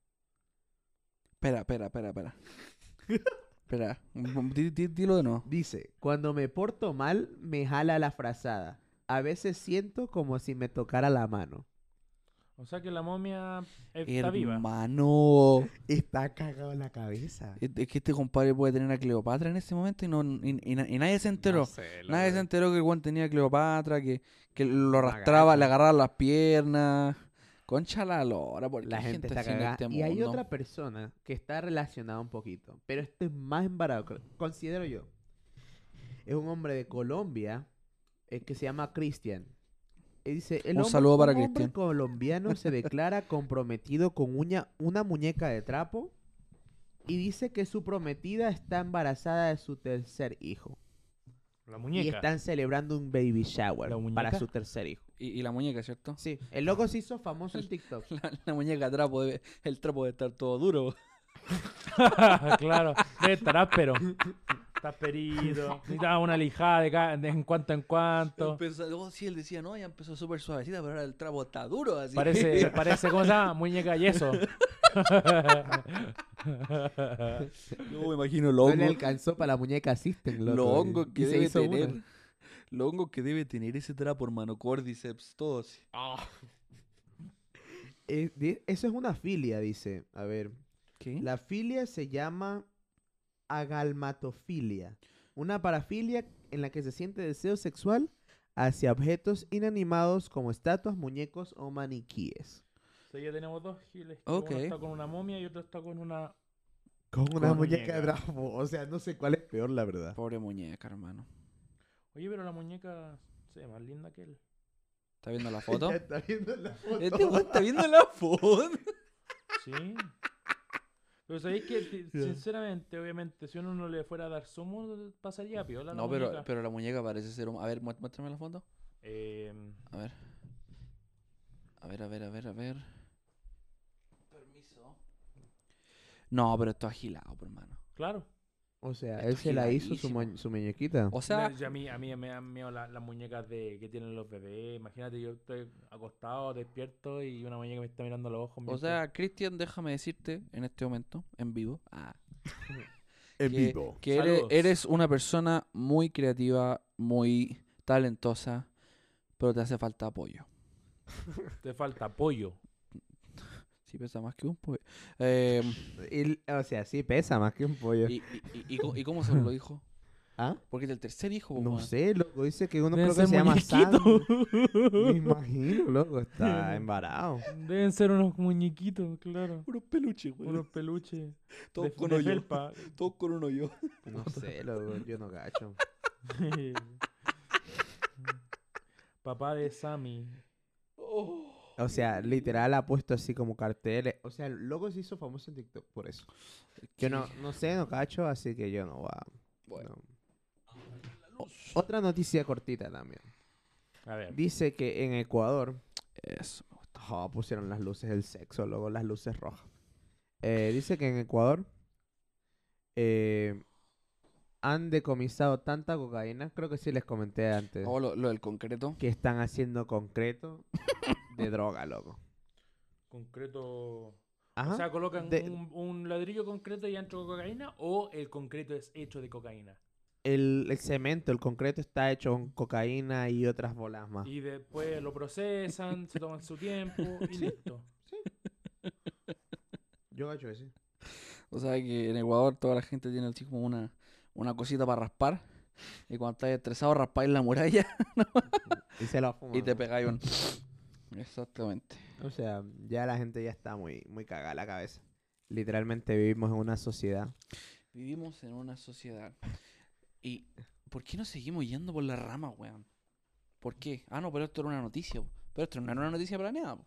Speaker 2: Espera, espera, espera, espera. espera, di- di- dilo de nuevo.
Speaker 3: Dice, cuando me porto mal, me jala la frazada. A veces siento como si me tocara la mano.
Speaker 1: O sea que la momia está viva.
Speaker 2: Hermano.
Speaker 3: Está cagado en la cabeza.
Speaker 2: Es es que este compadre puede tener a Cleopatra en este momento y, no, y, y na- y nadie se enteró. nadie se enteró que el Juan tenía a Cleopatra, que, que lo arrastraba, le agarraba las piernas. Concha la lora, porque
Speaker 3: La gente está
Speaker 2: este
Speaker 3: cagada. y hay otra persona que está relacionada un poquito, pero este es más embarazado, considero yo. Es un hombre de Colombia eh, que se llama Cristian. Y dice, el
Speaker 2: Un
Speaker 3: hombre-
Speaker 2: saludo para
Speaker 3: un hombre
Speaker 2: Cristian.
Speaker 3: colombiano se declara comprometido con uña- una muñeca de trapo y dice que su prometida está embarazada de su tercer hijo.
Speaker 1: La muñeca.
Speaker 3: Y están celebrando un baby shower
Speaker 1: ¿La
Speaker 3: para
Speaker 1: muñeca?
Speaker 3: su tercer hijo.
Speaker 2: Y, y la muñeca, ¿cierto?
Speaker 3: Sí, el loco se hizo famoso en TikTok.
Speaker 2: La, la muñeca trapo debe- el trapo de estar todo duro. pues,
Speaker 1: claro, debe estar áspero. Está perido. Necesitaba una lijada de, ca- de en cuanto en cuanto.
Speaker 2: Empezó, oh, sí, él decía, no, ya empezó súper suavecita, pero ahora el trapo está duro. Así.
Speaker 1: Parece, parece, ¿cómo se llama? Muñeca yeso.
Speaker 2: Yo me imagino
Speaker 3: No
Speaker 2: loco.
Speaker 3: le alcanzó para la muñeca System, loco.
Speaker 2: lo
Speaker 3: y-
Speaker 2: hongo que
Speaker 3: y se
Speaker 2: debe
Speaker 3: hizo una.
Speaker 2: tener. Lo hongo que debe tener ese trapo, hermano. Cordyceps, todo así.
Speaker 3: Eh, di- eso es una filia, dice. A ver.
Speaker 2: ¿Qué?
Speaker 3: La filia se llama agalmatofilia. Una parafilia en la que se siente deseo sexual hacia objetos inanimados como estatuas, muñecos o maniquíes.
Speaker 1: Sí, ya tenemos dos giles. que
Speaker 2: Ok.
Speaker 1: Uno está con una momia y otro está con una...
Speaker 3: Con una
Speaker 1: Con
Speaker 3: muñeca de
Speaker 1: muñeca.
Speaker 3: trapo. O sea, no sé cuál es peor, la verdad.
Speaker 2: Pobre muñeca, hermano.
Speaker 1: Oye, pero la muñeca se ve más linda que él.
Speaker 2: ¿Está viendo la foto?
Speaker 3: Ya está viendo la foto.
Speaker 2: este weón está viendo la foto.
Speaker 1: Sí. Pero sabéis que, ti- sinceramente, obviamente, si uno no le fuera a dar sumo, pasaría piola. la
Speaker 2: No, pero,
Speaker 1: muñeca.
Speaker 2: pero la muñeca parece ser un... A ver, mué- muéstrame la foto.
Speaker 1: Em,
Speaker 2: A ver. A ver, a ver, a ver, a ver. Permiso. No, pero esto es agilado, po, hermano.
Speaker 1: claro.
Speaker 3: O sea,
Speaker 2: Está
Speaker 3: él se la hizo su,
Speaker 2: giladísimo.
Speaker 3: mu- su muñequita.
Speaker 2: O sea,
Speaker 1: No, yo a mí, a mí me dan miedo la- las muñecas de, que tienen los bebés. Imagínate, yo estoy acostado, despierto y una muñeca me está mirando los ojos.
Speaker 2: o
Speaker 1: mientras-
Speaker 2: sea, Cristian, déjame decirte en este momento, en vivo, ah,
Speaker 4: En
Speaker 2: que,
Speaker 4: vivo.
Speaker 2: que eres,
Speaker 1: Saludos.
Speaker 2: eres una persona muy creativa, muy talentosa, pero te hace falta apoyo.
Speaker 1: te falta apoyo.
Speaker 2: Sí, pesa más que un pollo. Eh,
Speaker 3: Él- o sea, sí pesa más que un pollo.
Speaker 2: y, y, y- y co- ¿y cómo se lo dijo?
Speaker 3: ¿Ah?
Speaker 2: Porque es el tercer hijo. po,
Speaker 3: No
Speaker 2: weón.
Speaker 3: sé, loco. Dice que uno
Speaker 1: Deben
Speaker 3: creo que se
Speaker 1: ser
Speaker 3: llama Sam. Me
Speaker 1: muñequitos.
Speaker 3: imagino, loco. Está embarado.
Speaker 1: Deben ser unos muñequitos, claro.
Speaker 2: Unos peluches, güey.
Speaker 1: Unos peluches.
Speaker 2: todos,
Speaker 1: de,
Speaker 2: con
Speaker 1: de
Speaker 2: hoyo,
Speaker 1: felpa.
Speaker 2: todos con un hoyo.
Speaker 3: No sé, loco. Yo no cacho.
Speaker 1: Papá de Sammy.
Speaker 2: Oh.
Speaker 3: O sea, literal ha puesto así como carteles. O sea, el loco se hizo famoso en TikTok por eso. Yo no, no sé, no cacho, así que yo no va.
Speaker 2: Bueno.
Speaker 3: no. O- Otra noticia cortita también.
Speaker 1: A ver.
Speaker 3: Dice que en Ecuador
Speaker 2: Eso.
Speaker 3: Ah, pusieron las luces del sexo, luego las luces rojas. Eh, dice que en Ecuador eh, han decomisado tanta cocaína, creo que sí les comenté antes,
Speaker 2: O lo, lo del concreto.
Speaker 3: que están haciendo concreto de droga, loco.
Speaker 1: Concreto.
Speaker 3: Ajá.
Speaker 1: O sea, colocan
Speaker 3: Ah, De-
Speaker 1: un, un ladrillo concreto y ancho de cocaína o el concreto es hecho de cocaína.
Speaker 3: el, el cemento, el concreto está hecho con cocaína y otras bolas
Speaker 2: Ah.
Speaker 3: más.
Speaker 1: Y después lo procesan, se toman su tiempo y listo.
Speaker 3: Yo cacho ese.
Speaker 2: O sea que en Ecuador toda la gente tiene así como una, una cosita para raspar. Y cuando estás estresado, raspáis la muralla
Speaker 3: Y se lo
Speaker 2: y
Speaker 3: fuman,
Speaker 2: te
Speaker 3: ¿no?
Speaker 2: pegáis un. Exactamente.
Speaker 3: O sea, ya la gente ya está muy, muy cagada la cabeza. Literalmente vivimos en una sociedad.
Speaker 2: Vivimos en una sociedad. ¿Y por qué nos seguimos yendo por la rama, weón? ¿Por qué? Ah, no, pero esto era una noticia. po. Pero esto no era una noticia planeada. po.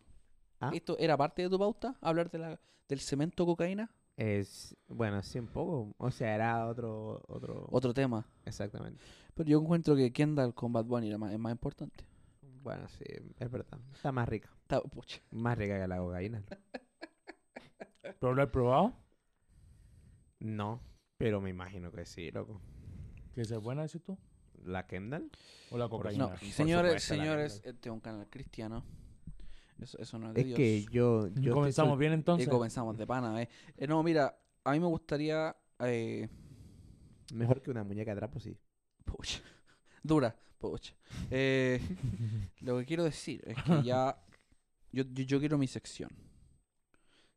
Speaker 3: Ah.
Speaker 2: ¿Esto era parte de tu pauta? ¿Hablar de la, del cemento cocaína?
Speaker 3: Es, bueno, sí, un poco. O sea, era otro, otro.
Speaker 2: Otro tema.
Speaker 3: Exactamente.
Speaker 2: Pero yo encuentro que Kendall con Bad Bunny era más- es más importante.
Speaker 3: Bueno, sí, es verdad. Está más rica.
Speaker 2: Ta- pucha.
Speaker 3: Más rica que la cocaína.
Speaker 1: ¿Pero lo has probado?
Speaker 3: No, pero me imagino que sí, loco.
Speaker 1: ¿Que sea buena, decís tú?
Speaker 3: ¿La Kendall?
Speaker 1: ¿O la
Speaker 3: Por
Speaker 1: cocaína?
Speaker 2: No,
Speaker 3: Por
Speaker 2: señores,
Speaker 3: supuesto, la
Speaker 2: señores,
Speaker 3: Kendall.
Speaker 2: este es un canal cristiano. Eso, eso no es de
Speaker 3: Es
Speaker 2: Dios.
Speaker 3: que yo.
Speaker 1: Y
Speaker 3: yo estoy
Speaker 1: comenzamos
Speaker 3: sol-
Speaker 1: bien
Speaker 2: Y
Speaker 1: entonces.
Speaker 2: comenzamos de pana, eh. Eh, No, mira, a mí me gustaría... eh,
Speaker 3: Mejor que una muñeca de trapo, sí.
Speaker 2: Pucha. Dura, pucha. Eh, lo que quiero decir es que ya. Yo, yo, yo quiero mi sección.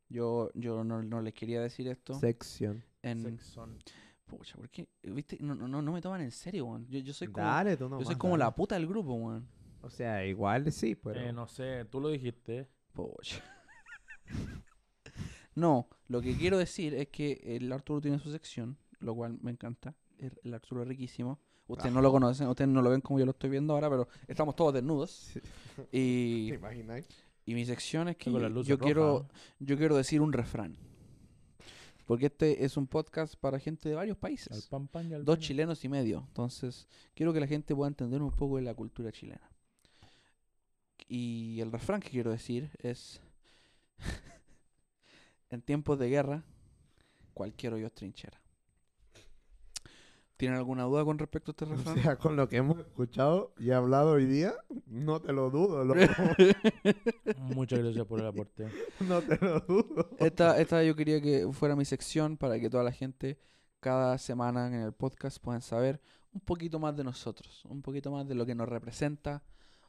Speaker 2: Yo, yo no, no les quería decir esto.
Speaker 3: Sección.
Speaker 2: en,
Speaker 1: Sexón.
Speaker 2: Pucha, ¿por qué? ¿Viste? No, no, no, no me toman en serio, weón. Yo, yo soy como,
Speaker 3: Dale, tú
Speaker 2: yo
Speaker 3: nomás.
Speaker 2: soy como la
Speaker 3: dale.
Speaker 2: puta del grupo, weón.
Speaker 3: O sea, igual sí, pero.
Speaker 1: Eh, no sé, tú lo dijiste.
Speaker 2: Pucha. no, lo que quiero decir es que el Arturo tiene su sección, lo cual me encanta. El, el Arturo es riquísimo. Ustedes no lo conocen, ustedes no lo ven como yo lo estoy viendo ahora, pero estamos todos desnudos.
Speaker 3: Sí.
Speaker 2: Y
Speaker 3: imaginas?
Speaker 2: Y mi sección es que
Speaker 1: Con las
Speaker 2: yo,
Speaker 1: luces
Speaker 2: yo
Speaker 1: rojas.
Speaker 2: quiero, yo quiero decir un refrán. Porque este es un podcast para gente de varios
Speaker 1: Al
Speaker 2: países.
Speaker 1: pan pan y al
Speaker 2: Dos
Speaker 1: vino.
Speaker 2: chilenos y medio. Entonces, quiero que la gente pueda entender un poco de la cultura chilena. Y el refrán que quiero decir es... en tiempos de guerra, cualquier hoyo es trinchera. ¿Tienen alguna duda con respecto a este
Speaker 3: O
Speaker 2: refrán?
Speaker 3: sea, con lo que hemos escuchado y hablado hoy día, no te lo dudo, loco.
Speaker 1: Mm, Muchas gracias por el aporte.
Speaker 3: no te lo dudo.
Speaker 2: Esta, esta yo quería que fuera mi sección para que toda la gente cada semana en el podcast puedan saber un poquito más de nosotros, un poquito más de lo que nos representa,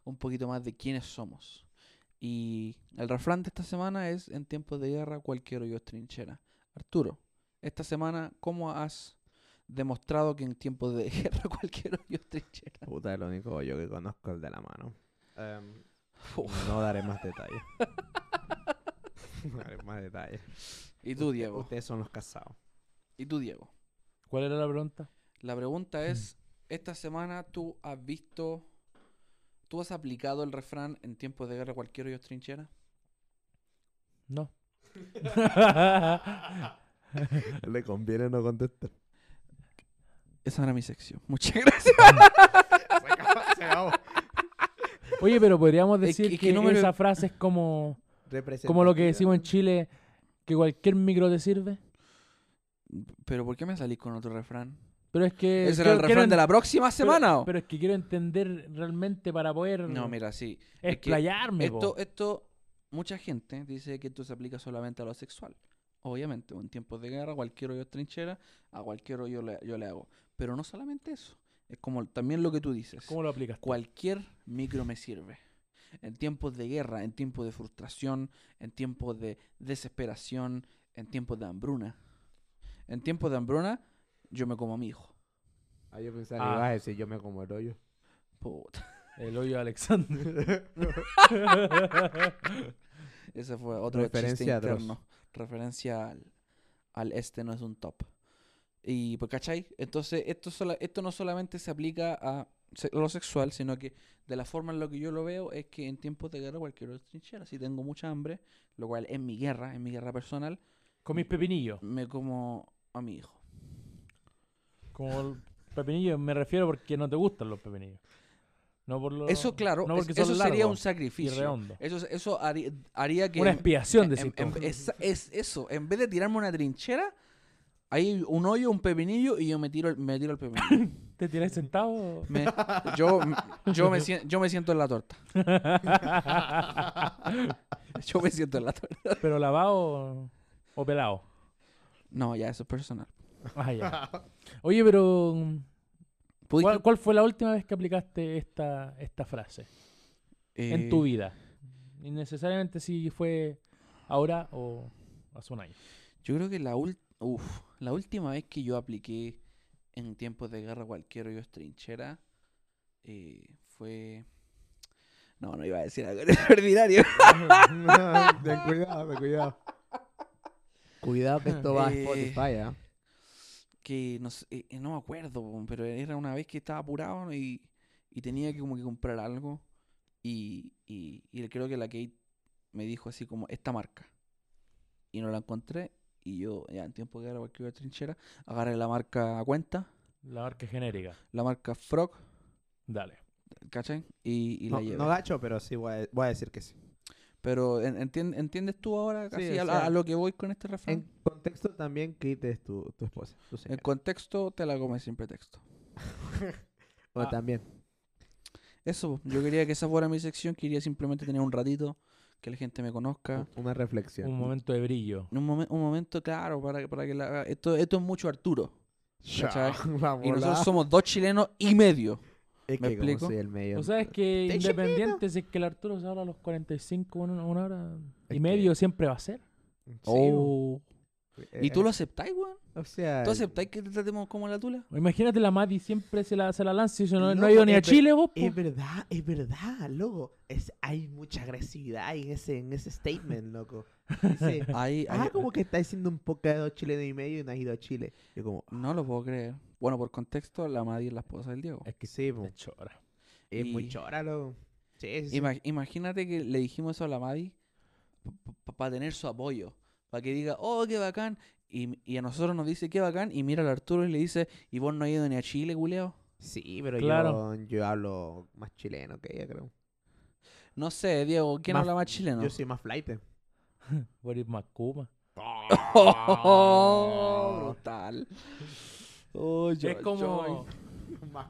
Speaker 2: un poquito más de quiénes somos. Y el refrán de esta semana es, en tiempos de guerra cualquier hoyo es trinchera. Arturo, esta semana, ¿cómo has demostrado que en tiempos de guerra cualquier hoyo es trinchera?
Speaker 3: Puta, el único hoyo que conozco es el de la mano. Em,
Speaker 2: Uf.
Speaker 3: No daré más detalles. no daré más detalles.
Speaker 2: Y tú, Diego,
Speaker 3: Ustedes son los casados.
Speaker 2: y tú, Diego.
Speaker 1: ¿Cuál era la pregunta?
Speaker 2: La pregunta es, esta semana tú has visto, tú has aplicado el refrán en tiempos de guerra cualquier hoyo es trinchera.
Speaker 1: No.
Speaker 4: Le conviene no contestar.
Speaker 2: Esa era mi sección. Muchas gracias.
Speaker 3: Se acabó, se acabó.
Speaker 1: Oye, pero podríamos
Speaker 2: Es que-
Speaker 1: decir
Speaker 2: es que
Speaker 1: que,
Speaker 2: no me lo-
Speaker 1: esa frase es como,
Speaker 3: Representatividad.
Speaker 1: como lo que decimos en Chile, que cualquier micro te sirve.
Speaker 2: Pero ¿por qué me salís con otro refrán?
Speaker 1: Pero es Eh, que...
Speaker 2: ¿Ese era el
Speaker 1: quiero-
Speaker 2: refrán
Speaker 1: quiero
Speaker 2: de
Speaker 1: en-
Speaker 2: la próxima
Speaker 1: pero-
Speaker 2: semana?
Speaker 1: Pero, es que quiero entender realmente para poder
Speaker 2: no, mira, sí. es que
Speaker 1: explayarme. po.
Speaker 2: Esto, esto, mucha gente dice que esto se aplica solamente a lo sexual. Obviamente, en tiempos de guerra, cualquier hoyo es trinchera, a cualquier hoyo le- yo le hago. Pero no solamente eso. Es como también lo que tú dices.
Speaker 1: ¿Cómo lo aplicas? tú?
Speaker 2: Cualquier micro me sirve. En tiempos de guerra, en tiempos de frustración, en tiempos de desesperación, en tiempos de hambruna. En tiempos de hambruna, yo me como a mi hijo.
Speaker 3: Ah, yo pensaba que
Speaker 1: Ah.
Speaker 3: ibas a decir yo me como el hoyo.
Speaker 2: Puta.
Speaker 1: El hoyo de Alexander.
Speaker 2: Ese fue otro chiste
Speaker 3: Referencia atroz.
Speaker 2: interno. Referencia al, al este no es un top. Y pues, ¿cachai? Entonces, esto, sola- esto no solamente se aplica a se- lo sexual, sino que de la forma en la que yo lo veo es que en tiempos de guerra cualquier otra trinchera. Si tengo mucha hambre, lo cual es mi guerra, es mi guerra personal,
Speaker 1: Con mis pepinillos.
Speaker 2: me como a mi hijo.
Speaker 1: Como el- pepinillos me refiero porque no te gustan los pepinillos. No por lo-
Speaker 2: Eso, claro,
Speaker 1: no
Speaker 2: es-
Speaker 1: porque son
Speaker 2: eso sería un
Speaker 1: largos y
Speaker 2: sacrificio.
Speaker 1: redondos.
Speaker 2: Eso, eso haría, haría que...
Speaker 1: Una
Speaker 2: en-
Speaker 1: expiación,
Speaker 2: en-
Speaker 1: decís
Speaker 2: en-
Speaker 1: tú.
Speaker 2: es, es eso. En vez de tirarme una trinchera, hay un hoyo, un pepinillo y yo me tiro, el- me tiro el pepinillo.
Speaker 1: ¿Te tienes sentado?
Speaker 2: Me- yo, yo, me, sien- yo me siento en la torta. Yo me siento en la torta.
Speaker 1: ¿Pero lavado o pelado?
Speaker 2: No, ya, eso es personal.
Speaker 1: Ah, ya. Oye, pero mm,
Speaker 2: ¿Pudiste-
Speaker 1: ¿cuál, cuál fue la última vez que aplicaste esta, esta frase en
Speaker 2: eh,
Speaker 1: tu vida? Y necesariamente si fue ahora o hace un año.
Speaker 2: Yo creo que la, ul- uf, la última vez que yo apliqué en tiempos de guerra cualquier hoyo es trinchera eh, fue... No, no iba a decir algo ordinario.
Speaker 3: ten cuidado, ten cuidado. Cuidado que esto va a
Speaker 2: Eh.
Speaker 3: Spotify, ¿ah?
Speaker 2: que no, sé, eh, eh, no me acuerdo, weón, pero era una vez que estaba apurado y, y tenía que como que comprar algo y, y, y creo que la Kate me dijo así como esta marca y no la encontré y yo ya en tiempo que era cualquier trinchera agarré la marca cuenta,
Speaker 1: La marca genérica.
Speaker 2: la marca Frog,
Speaker 1: Dale.
Speaker 2: ¿cachai? Y, y
Speaker 3: No,
Speaker 2: la llevé.
Speaker 3: no gacho, pero sí voy a, voy a decir que sí.
Speaker 2: Pero en- entien- ¿entiendes tú ahora
Speaker 3: Sí,
Speaker 2: casi
Speaker 3: o
Speaker 2: a, la-
Speaker 3: sea,
Speaker 2: a lo que voy con este refrán?
Speaker 3: En
Speaker 2: En,
Speaker 3: contexto también, Kate es tu, tu esposa. tu señora.
Speaker 2: contexto te la comes sin pretexto.
Speaker 3: O
Speaker 1: Ah.
Speaker 3: también.
Speaker 2: Eso, yo quería que esa fuera mi sección, quería simplemente tener un ratito, que la gente me conozca.
Speaker 3: u- ah, Una reflexión.
Speaker 1: Un momento de brillo.
Speaker 2: Un, momen- un momento, claro, para, que- para que la... Esto, esto es mucho Arturo.
Speaker 3: Ya,
Speaker 2: ¿Cachai?
Speaker 3: vamos
Speaker 2: Y nosotros
Speaker 3: la-
Speaker 2: somos dos chilenos y medio.
Speaker 3: Es
Speaker 2: ¿me
Speaker 3: que como
Speaker 2: explico?
Speaker 3: soy el medio.
Speaker 1: O sea, es que
Speaker 3: Está
Speaker 1: independiente, si es que el Arturo se habla a los 45, una, una hora
Speaker 3: Es
Speaker 1: y medio, siempre va a ser.
Speaker 3: Sí,
Speaker 2: Oh.
Speaker 3: eh,
Speaker 2: ¿Y tú lo
Speaker 3: eh,
Speaker 2: aceptáis, weón?
Speaker 3: O sea...
Speaker 2: ¿Tú aceptáis que te tratemos como la tula?
Speaker 1: Imagínate la Mati siempre se la, se la lanza y yo no, no
Speaker 3: Loco,
Speaker 1: ha ido ni
Speaker 3: es
Speaker 1: a
Speaker 3: ver-
Speaker 1: Chile, vos. pues. po.
Speaker 3: Es verdad, es verdad, loco. Es, hay mucha agresividad en ese, en ese statement, loco. Dice,
Speaker 2: Ahí,
Speaker 3: ah,
Speaker 2: ahí-
Speaker 3: como que está diciendo un poco de dos chilenos y medio y no has ido a Chile. Yo como,
Speaker 2: No lo puedo creer. Bueno, por contexto, la Maddy es la esposa del Diego.
Speaker 3: es que sí, "Ah, po.
Speaker 1: Te chora.
Speaker 3: es
Speaker 2: y-
Speaker 3: muy chora, loco. Sí, sí, sí.
Speaker 2: Ima- imagínate que le dijimos eso a la Maddy para tener su apoyo. Para que diga, oh, qué bacán. Y, y a nosotros nos dice, qué bacán. Y mira al Arturo y le dice, ¿y vos no has ido ni a Chile, culeado?
Speaker 3: Sí, pero
Speaker 1: Claro.
Speaker 3: yo, yo hablo más chileno que ella, creo.
Speaker 2: No sé, Diego, ¿quién
Speaker 3: Más-
Speaker 2: habla más chileno?
Speaker 3: Yo soy más flight.
Speaker 1: Boris Macuma.
Speaker 2: Oh,
Speaker 3: Ah.
Speaker 2: brutal.
Speaker 1: es como.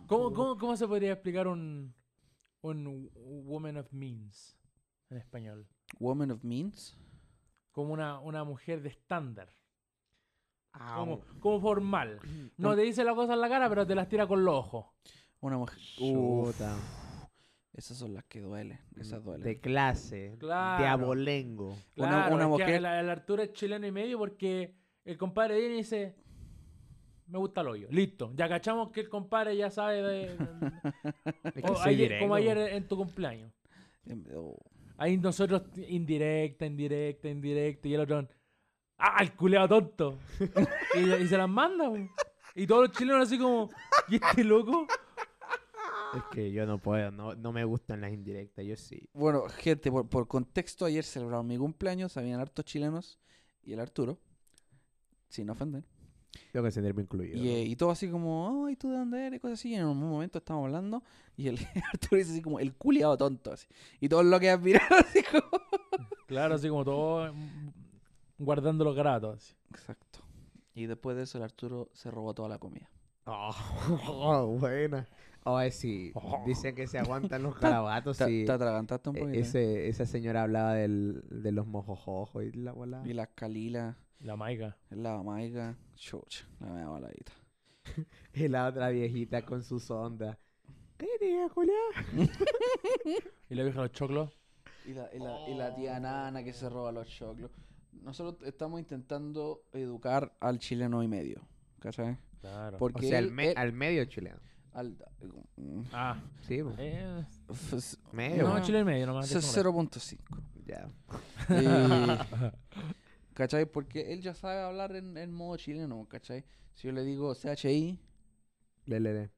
Speaker 1: ¿Cómo, cómo, cómo se podría explicar un, un woman of means en español?
Speaker 2: Woman of Means.
Speaker 1: Como una, una mujer de estándar.
Speaker 3: Ah,
Speaker 1: Como, como formal. No te dice las cosas en la cara, pero te las tira con los ojos.
Speaker 2: Una mujer. Uf,
Speaker 3: chuta.
Speaker 2: esas son las que duelen. Esas
Speaker 3: Mm, De
Speaker 2: duelen.
Speaker 3: clase.
Speaker 1: Claro.
Speaker 3: De abolengo.
Speaker 2: Una-
Speaker 1: Claro,
Speaker 2: una
Speaker 1: es que
Speaker 2: mujer-
Speaker 1: el, el Arturo es chileno y medio porque el compadre viene y dice: Me gusta el hoyo. Listo. Ya cachamos que el compadre ya sabe de.
Speaker 3: Es
Speaker 1: o
Speaker 3: que soy
Speaker 1: ayer-
Speaker 3: directo.
Speaker 1: como ayer en tu cumpleaños.
Speaker 2: Em, oh.
Speaker 1: Ahí nosotros indirecta, indirecta, indirecta. Y el otro, ¡ah, el culeado tonto! y, y se las manda. po. Y todos los chilenos así como, ¿y este loco?
Speaker 3: Es que yo no puedo, no, no me gustan las indirectas, yo sí.
Speaker 2: Bueno, gente, por, por contexto, ayer celebraron mi cumpleaños. Habían hartos chilenos y el Arturo. Sin ofender.
Speaker 3: Tengo que sentirme incluido.
Speaker 2: Y, eh, y todo así como, ay, ¿tú de dónde eres? Cosas así. Y en un momento estábamos hablando. Y el Arturo dice así como, el culiado tonto. Así. Y todos lo que han mirado así como.
Speaker 1: Claro, así como todos mm, guardando los gratos. así.
Speaker 2: Exacto. Y después de eso, el Arturo se robó toda la comida.
Speaker 3: Oh, buena. Ay, sí. Dicen que se aguantan los carabatos.
Speaker 2: Te,
Speaker 3: sí.
Speaker 2: te atragantaste un
Speaker 3: E-
Speaker 2: poquito. ¿eh?
Speaker 3: Ese, esa señora hablaba del, de los mojojojos y la bola.
Speaker 2: Y las calilas,
Speaker 1: La maica.
Speaker 2: la maiga, chucha, la mea baladita.
Speaker 3: Y la otra viejita con sus ondas. ¿Qué diga, Julián?
Speaker 1: Y la vieja de los choclos.
Speaker 2: Y la, y, la, y la tía nana que se roba los choclos. Nosotros estamos intentando educar al chileno y medio, ¿cachai?
Speaker 1: Claro.
Speaker 3: O
Speaker 2: Porque
Speaker 3: sea, al,
Speaker 2: él-
Speaker 3: me-
Speaker 2: él-
Speaker 3: al medio chileno.
Speaker 2: al- mm,
Speaker 1: Ah,
Speaker 3: Sí, po.
Speaker 1: eh,
Speaker 2: fs-
Speaker 3: medio. pues,
Speaker 1: no,
Speaker 2: bueno.
Speaker 1: chile y medio nomás.
Speaker 2: se-
Speaker 1: déjame
Speaker 2: 0.5.
Speaker 3: Ya.
Speaker 2: Eh, ¿Cachai? Porque él ya sabe hablar en, en modo chileno, ¿cachai? Si yo le digo CHI,
Speaker 3: Le, le, le.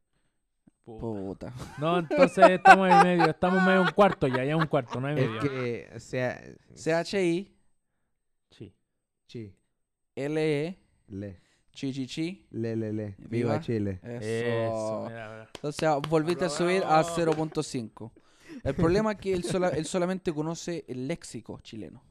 Speaker 1: Puta.
Speaker 2: Puta.
Speaker 1: No, entonces estamos en medio, estamos medio un cuarto ya, ya un cuarto, no hay medio.
Speaker 3: Es que, o sea,
Speaker 2: C-H-I,
Speaker 1: Sí.
Speaker 3: chi,
Speaker 2: L-E,
Speaker 3: le,
Speaker 2: chi, chi, chi.
Speaker 3: le, le, le.
Speaker 2: Viva.
Speaker 3: Viva Chile.
Speaker 1: Eso,
Speaker 2: Eso.
Speaker 1: mira, mira.
Speaker 2: Entonces ah, volviste a subir a
Speaker 1: Aprobado.
Speaker 2: 0.5. El problema es que él, sola- él solamente conoce el léxico chileno,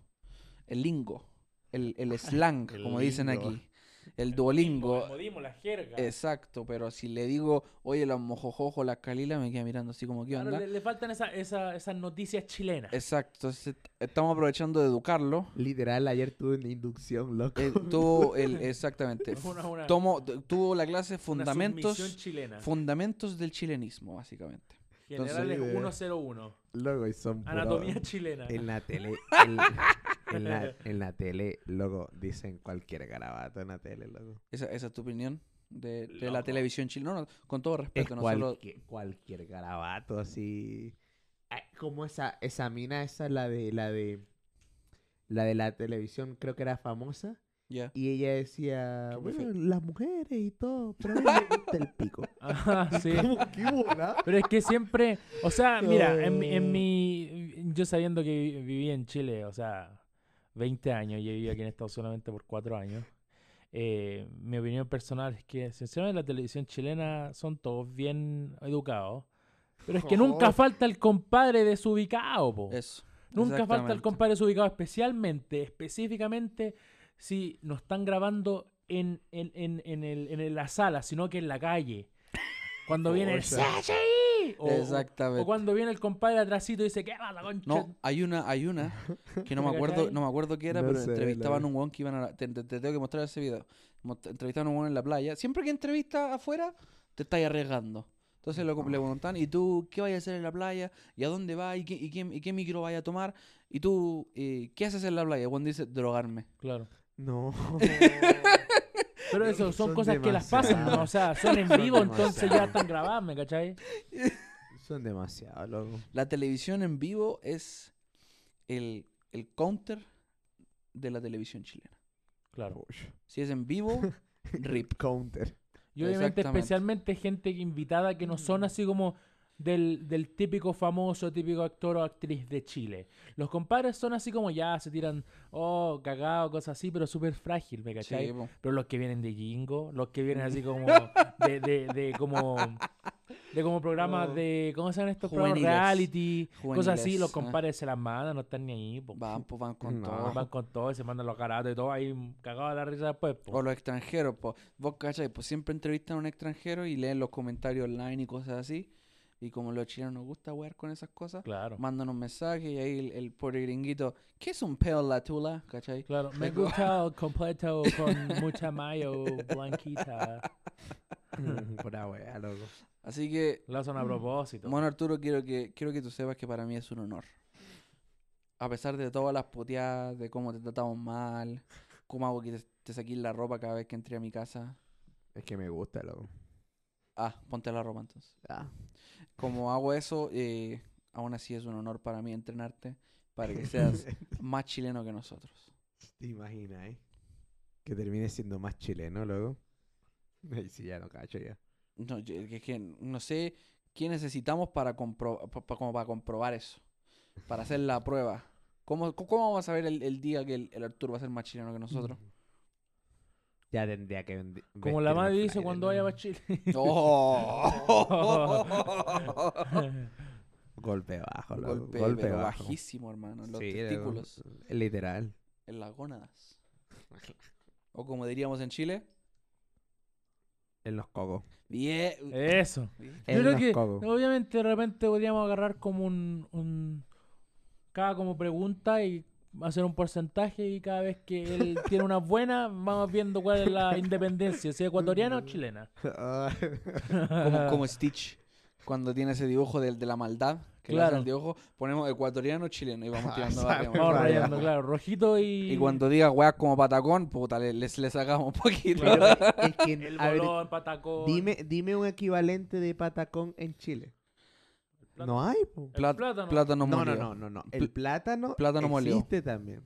Speaker 2: el lingo, el, el slang,
Speaker 3: El
Speaker 2: como dicen
Speaker 3: lingo.
Speaker 2: aquí, el duolingo.
Speaker 1: El modismo, la jerga.
Speaker 2: Exacto, pero si le digo, oye, los mojojojo, las calilas, me queda mirando así como, ¿qué
Speaker 1: Claro,
Speaker 2: onda?
Speaker 1: le, le faltan esa- esa- esas noticias chilenas.
Speaker 2: Exacto, entonces estamos aprovechando de educarlo.
Speaker 3: Literal, ayer tuve una inducción, loco.
Speaker 2: Eh, tuvo el, exactamente.
Speaker 1: Una- una-
Speaker 2: Tomó- tuvo la clase
Speaker 1: Una submisión
Speaker 2: Fundamentos,
Speaker 1: chilena.
Speaker 2: Fundamentos del chilenismo, básicamente.
Speaker 1: Generales
Speaker 3: Entonces, eh,
Speaker 1: 101.
Speaker 3: Loco, y son puro-
Speaker 1: Anatomía chilena.
Speaker 3: En la tele. En, en la, en la tele, loco, dicen cualquier garabato en la tele, loco.
Speaker 2: Esa, esa es tu opinión de, de la
Speaker 1: Loco.
Speaker 2: televisión chilena. No, no, con todo
Speaker 3: Es
Speaker 2: respeto, no solo-
Speaker 3: cualquier, cualquier garabato así. Ay, Como esa, esa mina, esa, la de, la de. La de la televisión, creo que era famosa.
Speaker 2: Ya.
Speaker 3: Y ella decía,
Speaker 2: Qué bufe-
Speaker 3: bueno, las mujeres y todo, pero a mí me gusta el pico.
Speaker 1: Ajá, Ah, sí.
Speaker 3: ¿Cómo? ¿Qué bola?
Speaker 1: Pero es que siempre, o sea, mira, en, mi- en
Speaker 3: No.
Speaker 1: mi, yo sabiendo que vi- viví en Chile, o sea, 20 años, y he vivido aquí en Estados Unidos solamente por 4 años, eh, mi opinión personal es que, sinceramente, la televisión chilena son todos bien educados, pero es que nunca
Speaker 3: Oh.
Speaker 1: falta el compadre desubicado, po.
Speaker 2: Eso.
Speaker 1: Nunca falta el
Speaker 2: exactamente.
Speaker 1: compadre desubicado, especialmente, específicamente si no están grabando en, en, en, en el- en la sala, sino que en la calle. Cuando viene el
Speaker 3: Exacto.
Speaker 1: CHI. O,
Speaker 2: Exactamente.
Speaker 1: o cuando viene el compadre atrásito y dice, ¿qué pasa, concha?
Speaker 2: No, hay una, hay una que no me
Speaker 1: ¿Me
Speaker 2: acuerdo,
Speaker 1: cachai?
Speaker 2: no me acuerdo qué era,
Speaker 3: No
Speaker 2: pero
Speaker 3: sé, la
Speaker 2: entrevistaban a
Speaker 3: verdad.
Speaker 2: un weón que iban a la- te, te- te tengo que mostrar ese video. Mont- Entrevistaban a un weón en la playa. Siempre que entrevista afuera, te estás arriesgando. Entonces lo, le preguntan, ¿y tú qué vas a hacer en la playa? ¿Y a dónde vas? ¿Y qué, y qué, y qué micro vas a tomar? ¿Y tú eh, qué haces en la playa? Juan dice, drogarme.
Speaker 1: Claro.
Speaker 3: No.
Speaker 1: Pero eso, son,
Speaker 3: Son
Speaker 1: cosas que las pasan, ¿no? O sea, son en
Speaker 3: Son
Speaker 1: vivo, entonces ya
Speaker 3: demasiado.
Speaker 1: están grabadas, ¿me cachai?
Speaker 3: Son demasiado, loco.
Speaker 2: La televisión en vivo es el, el counter de la televisión chilena.
Speaker 1: Claro.
Speaker 2: Si es en vivo, rip.
Speaker 3: Counter.
Speaker 1: Y obviamente,
Speaker 2: Exactamente.
Speaker 1: especialmente gente invitada que no son así como del, del típico famoso, típico actor o actriz de Chile. Los compadres son así como ya se tiran, oh, cagado, cosas así, pero súper frágil, ¿me cachai?
Speaker 2: Sí, po.
Speaker 1: Pero los que vienen de Jingo, los que vienen así como de, de, de como de como programas
Speaker 2: Oh.
Speaker 1: de ¿cómo se llaman estos
Speaker 2: Juveniles.
Speaker 1: programas? Reality, cosas Pues así,
Speaker 2: Juveniles,
Speaker 1: los
Speaker 2: ah.
Speaker 1: compadres se las mandan, no están ni ahí, po.
Speaker 2: Van, po, van con
Speaker 3: No.
Speaker 2: todo.
Speaker 1: van con todo, y se mandan los caratos y todo ahí cagados de la risa pues, después, po.
Speaker 2: O los extranjeros, pues. Vos cachai, pues siempre entrevistan a un extranjero y leen los comentarios online y cosas así. Y como los chilenos nos gusta wear con esas cosas,
Speaker 1: Claro.
Speaker 2: mandan un mensaje y ahí el, el pobre gringuito, ¿qué es un peo la tula? ¿Cachai?
Speaker 1: Claro, me
Speaker 2: Es como-
Speaker 1: gusta el completo con mucha mayo blanquita.
Speaker 3: Pura wea, loco.
Speaker 2: Así que,
Speaker 1: Lo hacen a propósito.
Speaker 2: bueno Arturo, quiero que, quiero que tú sepas que para mí es un honor. A pesar de todas las puteadas, de cómo te tratamos mal, cómo hago que te, te saquís la ropa cada vez que entré a mi casa.
Speaker 3: Es que me gusta, loco.
Speaker 2: Ah, ponte la ropa entonces.
Speaker 3: Ah.
Speaker 2: Como hago eso, eh, aún así es un honor para mí entrenarte para que seas más chileno que nosotros.
Speaker 3: Te imaginas, ¿eh? Que termine siendo más chileno, loco. Ahí sí, ya no cacho ya.
Speaker 2: No, yo- es que no sé qué necesitamos para, compro- pa- pa- como para comprobar eso, para hacer la prueba. ¿Cómo, cómo vamos a saber el, el día que el, el Arturo va a ser más chileno que nosotros?
Speaker 3: Ya tendría que vendi-
Speaker 1: Como la
Speaker 3: vestirme
Speaker 1: madre dice
Speaker 3: flyer,
Speaker 1: cuando
Speaker 3: loco.
Speaker 1: vaya para Chile.
Speaker 2: ¡Oh!
Speaker 3: Golpe bajo, loco.
Speaker 2: golpe
Speaker 3: Golpe,
Speaker 2: pero
Speaker 3: bajo.
Speaker 2: bajísimo, hermano. en Los
Speaker 3: Sí, loco.
Speaker 2: testículos,
Speaker 3: Literal.
Speaker 2: en las gónadas. O como diríamos en Chile,
Speaker 3: En los cocos.
Speaker 2: bien.
Speaker 3: Eh.
Speaker 1: Eso.
Speaker 3: En
Speaker 1: Yo creo
Speaker 3: los
Speaker 1: que
Speaker 3: cocos.
Speaker 1: obviamente de repente podríamos agarrar como un, un- cada como pregunta y hacer un porcentaje y cada vez que él tiene una buena vamos viendo cuál es la independencia, si ecuatoriana o chilena.
Speaker 2: como, como Stitch. Cuando tiene ese dibujo del de la maldad, que le hacen
Speaker 1: Claro.
Speaker 2: el dibujo, ponemos ecuatoriano, chileno y vamos
Speaker 3: Ah,
Speaker 2: tirando
Speaker 3: esa
Speaker 2: varias,
Speaker 3: weá.
Speaker 1: Vamos
Speaker 3: Vaya.
Speaker 1: rayando, claro, rojito y
Speaker 2: Y cuando diga weas como patacón, puta, le, les- le sacamos un poquito.
Speaker 1: Claro.
Speaker 3: es que,
Speaker 1: el
Speaker 3: a ver,
Speaker 1: bolón, patacón.
Speaker 3: dime, dime un equivalente de patacón en Chile.
Speaker 1: plátano.
Speaker 3: No hay, po.
Speaker 1: El
Speaker 2: Plat-
Speaker 1: plátano.
Speaker 2: plátano
Speaker 3: No, no,
Speaker 2: molido.
Speaker 3: no, no, no.
Speaker 2: Pl-
Speaker 3: El plátano,
Speaker 2: plátano molido.
Speaker 3: existe también.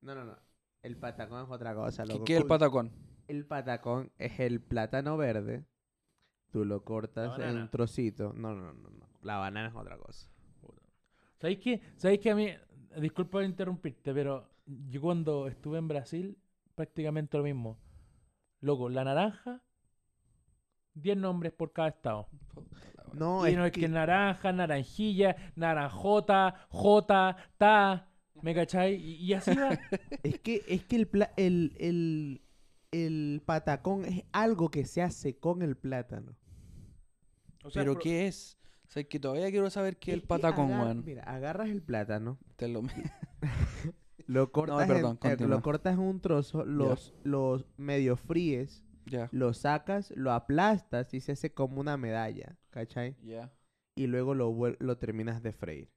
Speaker 3: No, no, no. El patacón es otra cosa,
Speaker 2: ¿Qué,
Speaker 3: loco.
Speaker 2: qué es el
Speaker 3: Con-
Speaker 2: patacón?
Speaker 3: El patacón es el plátano verde Tú lo cortas en
Speaker 1: banana.
Speaker 3: un trocito. No, no, no, no. La banana es otra cosa.
Speaker 1: ¿Sabéis qué? ¿Sabéis qué a mí? Disculpa interrumpirte, pero yo cuando estuve en Brasil, prácticamente lo mismo. Loco, la naranja, 10 nombres por cada estado.
Speaker 3: No,
Speaker 1: y no es que naranja, naranjilla, naranjota, jota, ta. ¿Me cacháis? Y, y así va.
Speaker 3: Es que, es que el, pla- el, el, el patacón es algo que se hace con el plátano.
Speaker 1: O sea,
Speaker 2: ¿Pero
Speaker 1: pro-
Speaker 2: qué es? O sea, es que todavía quiero saber qué es el
Speaker 3: que
Speaker 2: patacón,
Speaker 3: agar-
Speaker 2: weón.
Speaker 3: Mira, agarras el plátano,
Speaker 2: Te lo-
Speaker 3: lo cortas,
Speaker 2: perdón,
Speaker 3: en, eh,
Speaker 2: continúa.
Speaker 3: lo cortas en un trozo, los, los medio fríes,
Speaker 2: Ya,
Speaker 3: lo sacas, lo aplastas y se hace como una medalla, ¿cachai?
Speaker 2: ya.
Speaker 3: Y luego lo, vuel- lo terminas de freír.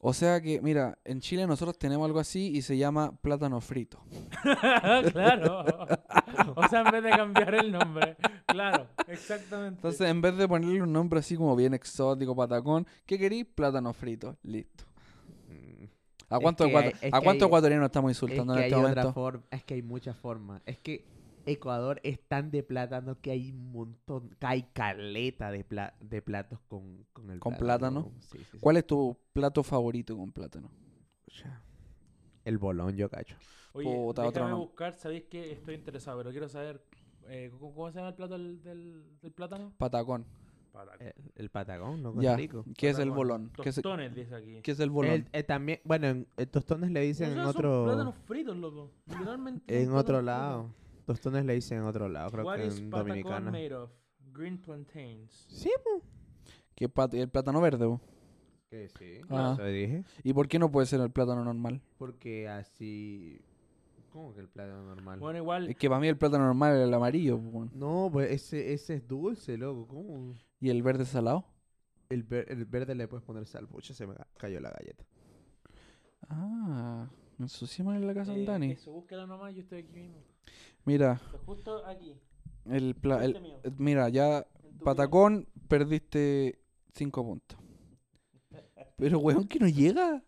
Speaker 2: O sea que, mira, en Chile nosotros tenemos algo así y se llama plátano frito.
Speaker 1: claro. O sea, en vez de cambiar el nombre. Claro, exactamente.
Speaker 2: Entonces, en vez de ponerle un nombre así como bien exótico, patacón, ¿qué querís? Plátano frito. Listo.
Speaker 3: Mm,
Speaker 2: ¿A
Speaker 3: Es
Speaker 2: cuánto,
Speaker 3: que
Speaker 2: ecuato-
Speaker 3: hay- es
Speaker 2: ¿a
Speaker 3: que
Speaker 2: cuánto
Speaker 3: hay-
Speaker 2: ecuatoriano estamos
Speaker 3: Es que
Speaker 2: insultando en
Speaker 3: hay
Speaker 2: este
Speaker 3: otra
Speaker 2: momento?
Speaker 3: forma, es que hay muchas formas. Es que Ecuador es tan de plátano que hay un montón, hay caleta de, pla- de platos con, con el
Speaker 2: ¿Con plátano?
Speaker 3: Sí, sí, sí.
Speaker 2: ¿Cuál es tu plato favorito con plátano?
Speaker 3: Pucha. El bolón, yo cacho.
Speaker 1: Oye,
Speaker 2: Puta, otro
Speaker 1: déjame
Speaker 2: no.
Speaker 1: buscar, sabéis que estoy interesado, pero quiero saber eh, ¿cómo, cómo se llama el plato del, del- del plátano?
Speaker 2: Patacón.
Speaker 3: El, el patagón, ¿no?
Speaker 2: Ya.
Speaker 3: Con rico.
Speaker 2: ¿Qué es el
Speaker 1: Patacón.
Speaker 2: bolón? ¿Qué es,
Speaker 1: Tostones, dice aquí.
Speaker 2: qué es el bolón?
Speaker 3: El- eh, también, bueno, en, eh, tostones le
Speaker 1: O sea,
Speaker 3: dicen en
Speaker 1: son
Speaker 3: otro,
Speaker 1: plátanos fritos, loco. Literalmente son
Speaker 3: en otro
Speaker 1: plátanos
Speaker 3: lado. Tostones le dicen en otro lado,
Speaker 1: fritos.
Speaker 3: creo
Speaker 1: What
Speaker 3: que
Speaker 1: is
Speaker 3: en
Speaker 1: patacón
Speaker 3: Dominicana.
Speaker 1: made of? Green plantains.
Speaker 3: Sí, po.
Speaker 2: ¿Qué pat- el plátano verde? po?
Speaker 3: Que sí.
Speaker 2: Ah.
Speaker 3: Eso dije.
Speaker 2: ¿Y por qué no puede ser el plátano normal?
Speaker 3: Porque así. ¿Cómo que el plátano normal?
Speaker 1: Bueno, igual,
Speaker 2: Es que para mí el plátano normal es el amarillo. po, weón.
Speaker 3: No, pues ese, ese es dulce, loco. ¿Cómo?
Speaker 2: ¿Y el verde salado?
Speaker 3: El, ver- el verde le puedes poner sal. Pucha, se me ca- cayó la galleta.
Speaker 2: Ah, ensuciamos en la casa del
Speaker 1: eh,
Speaker 2: Dani.
Speaker 1: eso, búsquelo nomás, yo estoy aquí mismo.
Speaker 2: Mira,
Speaker 1: Está justo aquí.
Speaker 2: el, pla- el-
Speaker 1: Este mío.
Speaker 2: eh, mira, ya
Speaker 1: en tu
Speaker 2: patacón perdiste 5 puntos. Pero weón que no llega.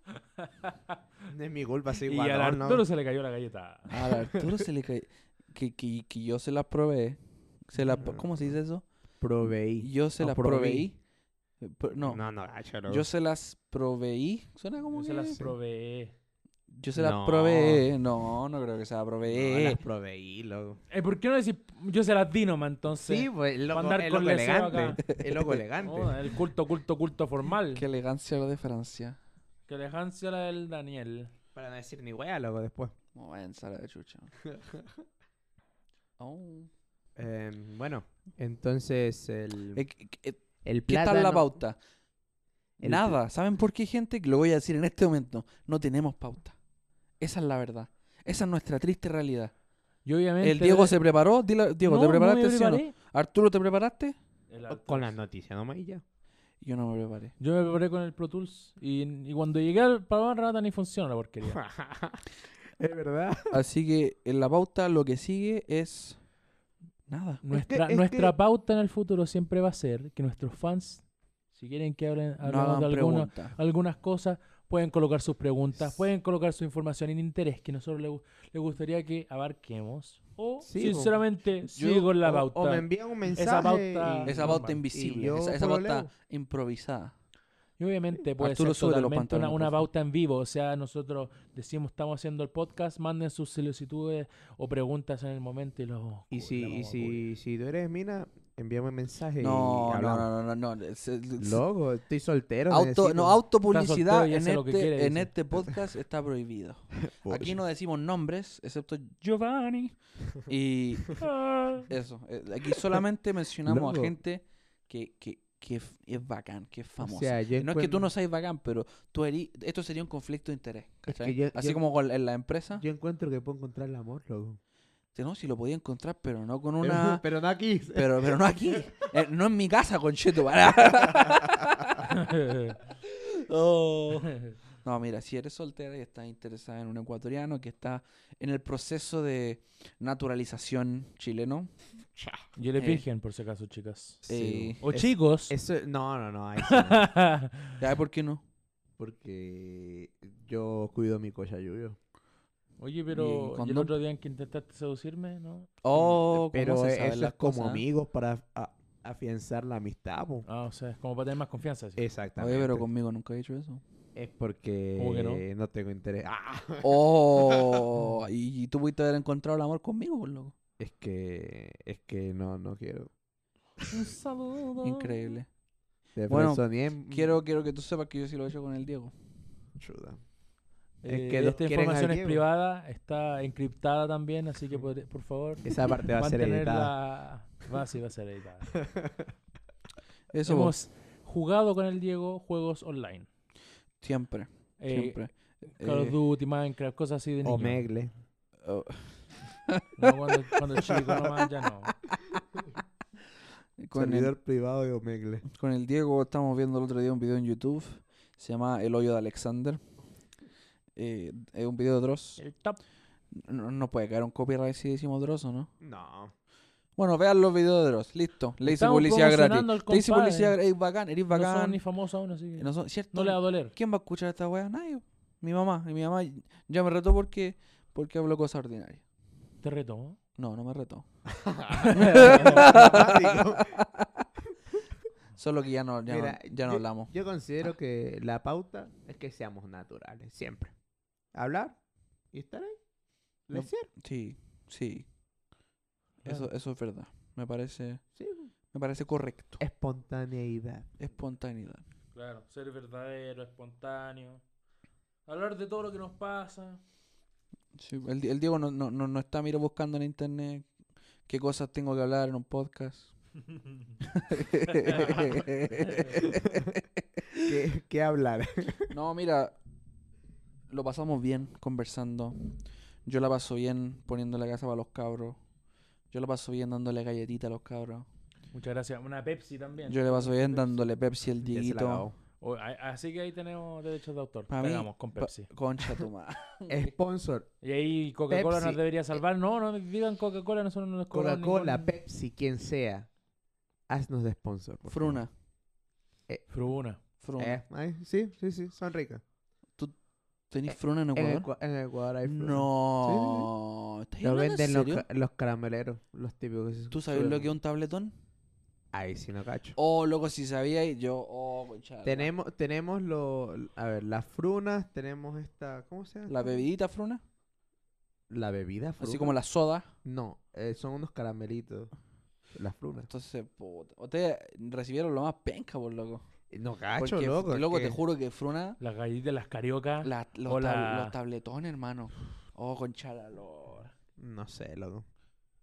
Speaker 3: No es mi culpa, soy
Speaker 1: vida. Y al
Speaker 3: guatón, ¿no?
Speaker 1: Arturo se le cayó la galleta.
Speaker 2: A la Arturo se le cae que, que, que yo se las probé. Se la, pro- ¿Cómo se dice eso?
Speaker 3: Proveí.
Speaker 2: Yo se
Speaker 3: No,
Speaker 2: las
Speaker 3: proveí.
Speaker 2: proveí. Eh, pro- No,
Speaker 3: no, no, gacho, no.
Speaker 2: yo se las proveí. Suena como
Speaker 1: Yo
Speaker 2: que...
Speaker 1: se las proveí.
Speaker 2: Yo se las
Speaker 3: No.
Speaker 2: proveé. No, no creo que se las
Speaker 3: No,
Speaker 2: proveé.
Speaker 3: las proveí, loco.
Speaker 1: Eh, ¿Por qué no decir yo se las di nomás entonces?
Speaker 3: Sí, pues el loco,
Speaker 1: andar
Speaker 3: el
Speaker 1: con
Speaker 3: loco
Speaker 1: leseo
Speaker 3: elegante. El loco elegante.
Speaker 1: Oh, el culto, culto, culto formal.
Speaker 2: Qué elegancia lo de Francia.
Speaker 1: Que elegancia la del Daniel.
Speaker 3: Para no decir ni wea, loco, después.
Speaker 2: Como vaya ensalada de chucha. Oh.
Speaker 3: Eh, bueno, entonces el,
Speaker 2: Eh, ¿Qué eh,
Speaker 3: el
Speaker 2: qué tal la
Speaker 3: plátano-
Speaker 2: pauta?
Speaker 3: El pl-
Speaker 2: Nada. ¿Saben por qué, gente? Que Lo voy a decir en este momento. No tenemos pauta. Esa es la verdad. Esa es nuestra triste realidad.
Speaker 1: Yo obviamente...
Speaker 2: El Diego se preparó. Dile- Diego, ¿te
Speaker 1: No, no me
Speaker 2: preparaste? sí o no?
Speaker 1: preparé.
Speaker 2: Arturo, ¿te preparaste?
Speaker 1: El
Speaker 3: Oh,
Speaker 1: Arturo.
Speaker 3: Con las noticias, ¿no, Mailla?
Speaker 2: Yo no me preparé.
Speaker 1: Yo me preparé con el Pro Tools y, y cuando llegué al programa Rata ni funciona la porquería.
Speaker 3: es verdad.
Speaker 2: Así que en la pauta lo que sigue es. Nada.
Speaker 1: nuestra
Speaker 3: es
Speaker 1: nuestra
Speaker 3: que-
Speaker 1: pauta en el futuro siempre va a ser que nuestros fans, si quieren que hablen
Speaker 2: No
Speaker 1: hablemos de
Speaker 2: hagan
Speaker 1: alguna,
Speaker 2: preguntas.
Speaker 1: algunas cosas, pueden colocar sus preguntas, pueden colocar su información y interés que nosotros les, gu- les gustaría que abarquemos. O,
Speaker 3: Sí, po.
Speaker 1: sinceramente,
Speaker 2: Yo-
Speaker 1: sigo con la
Speaker 3: o,
Speaker 1: pauta.
Speaker 3: o me envían un mensaje.
Speaker 1: pauta-
Speaker 3: y-
Speaker 2: Esa pauta
Speaker 1: normal.
Speaker 3: Y
Speaker 2: invisible.
Speaker 3: yo
Speaker 2: esa esa
Speaker 3: por lo
Speaker 2: pauta
Speaker 3: leo.
Speaker 2: improvisada.
Speaker 1: Y obviamente puede
Speaker 2: Arturo,
Speaker 1: ser
Speaker 2: sube los
Speaker 1: totalmente una,
Speaker 2: pantalones,
Speaker 1: una
Speaker 2: por favor.
Speaker 1: pauta en vivo. O sea, nosotros decimos estamos haciendo el podcast, manden sus solicitudes o preguntas en el momento y los
Speaker 3: Y
Speaker 1: cu-
Speaker 3: si,
Speaker 1: la
Speaker 3: y
Speaker 1: vamos a cubrir.
Speaker 3: si, si tú eres mina, envíame un mensaje.
Speaker 2: No,
Speaker 3: y
Speaker 2: no,
Speaker 3: hablamos.
Speaker 2: no, no, no, no. es- es- es-
Speaker 3: Loco, estoy soltero.
Speaker 2: auto, no, autopublicidad
Speaker 1: Está soltero y
Speaker 2: en,
Speaker 1: hace lo que
Speaker 2: este,
Speaker 1: quiere,
Speaker 2: en
Speaker 1: dice.
Speaker 2: este podcast está prohibido. Aquí no decimos nombres, excepto
Speaker 1: Giovanni.
Speaker 2: y
Speaker 1: ah.
Speaker 2: eso. eh, Aquí solamente mencionamos
Speaker 3: Loco.
Speaker 2: a gente que, que, que f- es bacán, que es famosa.
Speaker 3: O sea, yo
Speaker 2: no es que tú
Speaker 3: encuentro-
Speaker 2: no seas bacán, pero tú erí- esto sería un conflicto de interés.
Speaker 3: Es que
Speaker 2: ¿cachai?
Speaker 3: yo-
Speaker 2: Así
Speaker 3: yo-
Speaker 2: como con, en la empresa,
Speaker 3: Yo encuentro que puedo encontrar el amor, loco.
Speaker 2: que no, si lo podía encontrar, pero no con
Speaker 3: Pero-
Speaker 2: una...
Speaker 3: Pero no aquí.
Speaker 2: Pero, pero no aquí, eh, no en mi casa, concheto. Oh. No, mira, si eres soltera y estás interesada en un ecuatoriano que está en el proceso de naturalización chileno,
Speaker 1: Yo le
Speaker 2: Eh.
Speaker 1: virgen, por si acaso, chicas.
Speaker 2: eh,
Speaker 1: O
Speaker 3: Es-
Speaker 1: chicos.
Speaker 3: Eso, no, no, no. ahí sí no.
Speaker 2: ya, ¿por qué no?
Speaker 3: Porque yo cuido mi cochayuyo.
Speaker 1: Oye, pero ¿y el
Speaker 2: condón?
Speaker 1: otro día en que intentaste seducirme, ¿no?
Speaker 2: Oh, ¿cómo
Speaker 3: Pero
Speaker 2: se
Speaker 3: eh,
Speaker 2: saben
Speaker 3: eso
Speaker 2: las
Speaker 3: es como
Speaker 2: cosas, eh?
Speaker 3: amigos para, a- afianzar la amistad, po.
Speaker 1: Ah, o sea, es como para tener más confianza. sí.
Speaker 3: Exactamente.
Speaker 2: Oye, pero conmigo nunca he hecho eso.
Speaker 3: Es porque
Speaker 1: ¿Cómo que
Speaker 3: no?
Speaker 1: no?
Speaker 3: tengo interés. ¡Ah!
Speaker 2: Oh, y tú pudiste haber encontrado el amor conmigo, por loco.
Speaker 3: Es que es que no no quiero. Eh,
Speaker 1: Un saludo.
Speaker 2: Increíble.
Speaker 3: De
Speaker 2: Bueno,
Speaker 3: pronto ni en-
Speaker 2: Quiero, quiero que tú sepas que yo sí lo he hecho con el Diego.
Speaker 3: Chuda.
Speaker 1: Eh,
Speaker 3: Es que los
Speaker 1: esta
Speaker 3: quieren al
Speaker 1: información es
Speaker 3: Diego.
Speaker 1: privada, está encriptada también, así que por, por favor,
Speaker 3: Esa parte Eh, va a ser editada.
Speaker 1: mantenerla. Va, sí, va a ser editada.
Speaker 2: Eso vos,
Speaker 1: Hemos jugado con el Diego juegos online.
Speaker 2: siempre,
Speaker 1: Eh,
Speaker 2: siempre.
Speaker 1: Call of
Speaker 2: Eh,
Speaker 1: Duty, Minecraft, cosas así de niño.
Speaker 3: O Megle.
Speaker 2: oh,
Speaker 1: No, cuando, cuando chico nomás ya no.
Speaker 2: con, el,
Speaker 3: privado de Omegle.
Speaker 2: con el Diego estábamos viendo el otro día un video en YouTube. Se llama El hoyo de Alexander. Eh, es un video de Dross.
Speaker 1: El top.
Speaker 2: No, no puede caer un copyright si decimos Dross o no.
Speaker 3: No.
Speaker 2: Bueno, vean los videos de Dross. Listo. Le hice
Speaker 1: Estamos
Speaker 2: publicidad gratis.
Speaker 1: promocionando al
Speaker 2: Te hice
Speaker 1: compadre.
Speaker 2: publicidad gratis. bacán, eres
Speaker 1: No somos
Speaker 2: bacán.
Speaker 1: ni famosos aún, así que
Speaker 2: No
Speaker 1: no,
Speaker 2: son- ¿cierto?
Speaker 1: le va a doler.
Speaker 2: ¿Quién va a escuchar esta weá? Nadie. Mi mamá. Y mi mamá ya me retó porque, porque hablo cosas ordinarias.
Speaker 1: Te reto. ¿no?
Speaker 2: No, no me retó.
Speaker 3: Dramático.
Speaker 2: Solo que ya no, ya
Speaker 3: Mira,
Speaker 2: no, ya no
Speaker 3: yo-
Speaker 2: hablamos.
Speaker 3: Yo considero que la pauta es que seamos naturales, siempre. Hablar y estar ahí.
Speaker 2: No.
Speaker 3: ¿Es cierto?
Speaker 2: Sí, sí. Eso,
Speaker 1: Claro.
Speaker 2: eso es verdad. Me parece,
Speaker 3: Sí.
Speaker 2: me parece correcto.
Speaker 3: Espontaneidad.
Speaker 2: Espontaneidad.
Speaker 1: Claro, ser verdadero, espontáneo. Hablar de todo lo que nos pasa.
Speaker 2: Sí, el, Di- el Diego no, no, no, no está mira, buscando en internet qué cosas tengo que hablar en un podcast.
Speaker 3: ¿Qué, qué hablar?
Speaker 2: No, mira, lo pasamos bien conversando. Yo la paso bien poniendo la casa para los cabros. Yo la paso bien dándole galletita a los cabros.
Speaker 1: Muchas gracias. Una Pepsi también.
Speaker 2: Yo le paso bien
Speaker 1: Pepsi.
Speaker 2: dándole Pepsi al
Speaker 3: Ya se la
Speaker 2: Dieguito.
Speaker 3: acabó.
Speaker 1: O- a- así que ahí tenemos derechos de autor.
Speaker 2: Pa' mí,
Speaker 1: Pagamos con Pepsi.
Speaker 2: Pa- Concha tu madre.
Speaker 3: Sponsor.
Speaker 1: Y ahí Coca-Cola nos
Speaker 3: Pepsi.
Speaker 1: debería salvar. No, no digan Coca-Cola, nosotros no nos cobramos
Speaker 3: Coca-Cola,
Speaker 1: ningún-
Speaker 3: Pepsi, quien sea. Haznos de sponsor. por favor.
Speaker 2: Fruna.
Speaker 1: Fruna.
Speaker 2: Fruna.
Speaker 3: Eh, ay, sí, sí, sí, son ricas.
Speaker 2: ¿Tenés fruna en
Speaker 3: En,
Speaker 2: Ecuador?
Speaker 3: Ecua- en Ecuador hay fruna.
Speaker 2: No. ¿Estás
Speaker 3: Lo
Speaker 2: hablando en
Speaker 3: venden los,
Speaker 2: serio?
Speaker 3: ca- los carameleros, los típicos. que se
Speaker 2: ¿Tú sabes
Speaker 3: suben.
Speaker 2: lo que es un tabletón?
Speaker 3: Ahí sí no cacho.
Speaker 2: Oh, loco, si sabía y yo... Oh, concha. la-
Speaker 3: Tenemos, tenemos lo, a ver, las frunas, tenemos esta, ¿cómo se llama?
Speaker 2: ¿La
Speaker 3: esta?
Speaker 2: bebidita fruna?
Speaker 3: La bebida fruna.
Speaker 2: Así como la soda.
Speaker 3: No, eh, son unos caramelitos. Las frunas.
Speaker 2: Entonces, puta. Ustedes recibieron lo más penca, por loco.
Speaker 3: No cacho,
Speaker 2: Porque,
Speaker 3: loco. es
Speaker 2: loco,
Speaker 3: que-
Speaker 2: te juro que Fruna,
Speaker 1: Las galletas, las cariocas.
Speaker 2: la- los,
Speaker 1: o
Speaker 2: tab-
Speaker 1: la-
Speaker 2: los tabletones, hermano. Oh, concha la lora.
Speaker 3: No sé, loco.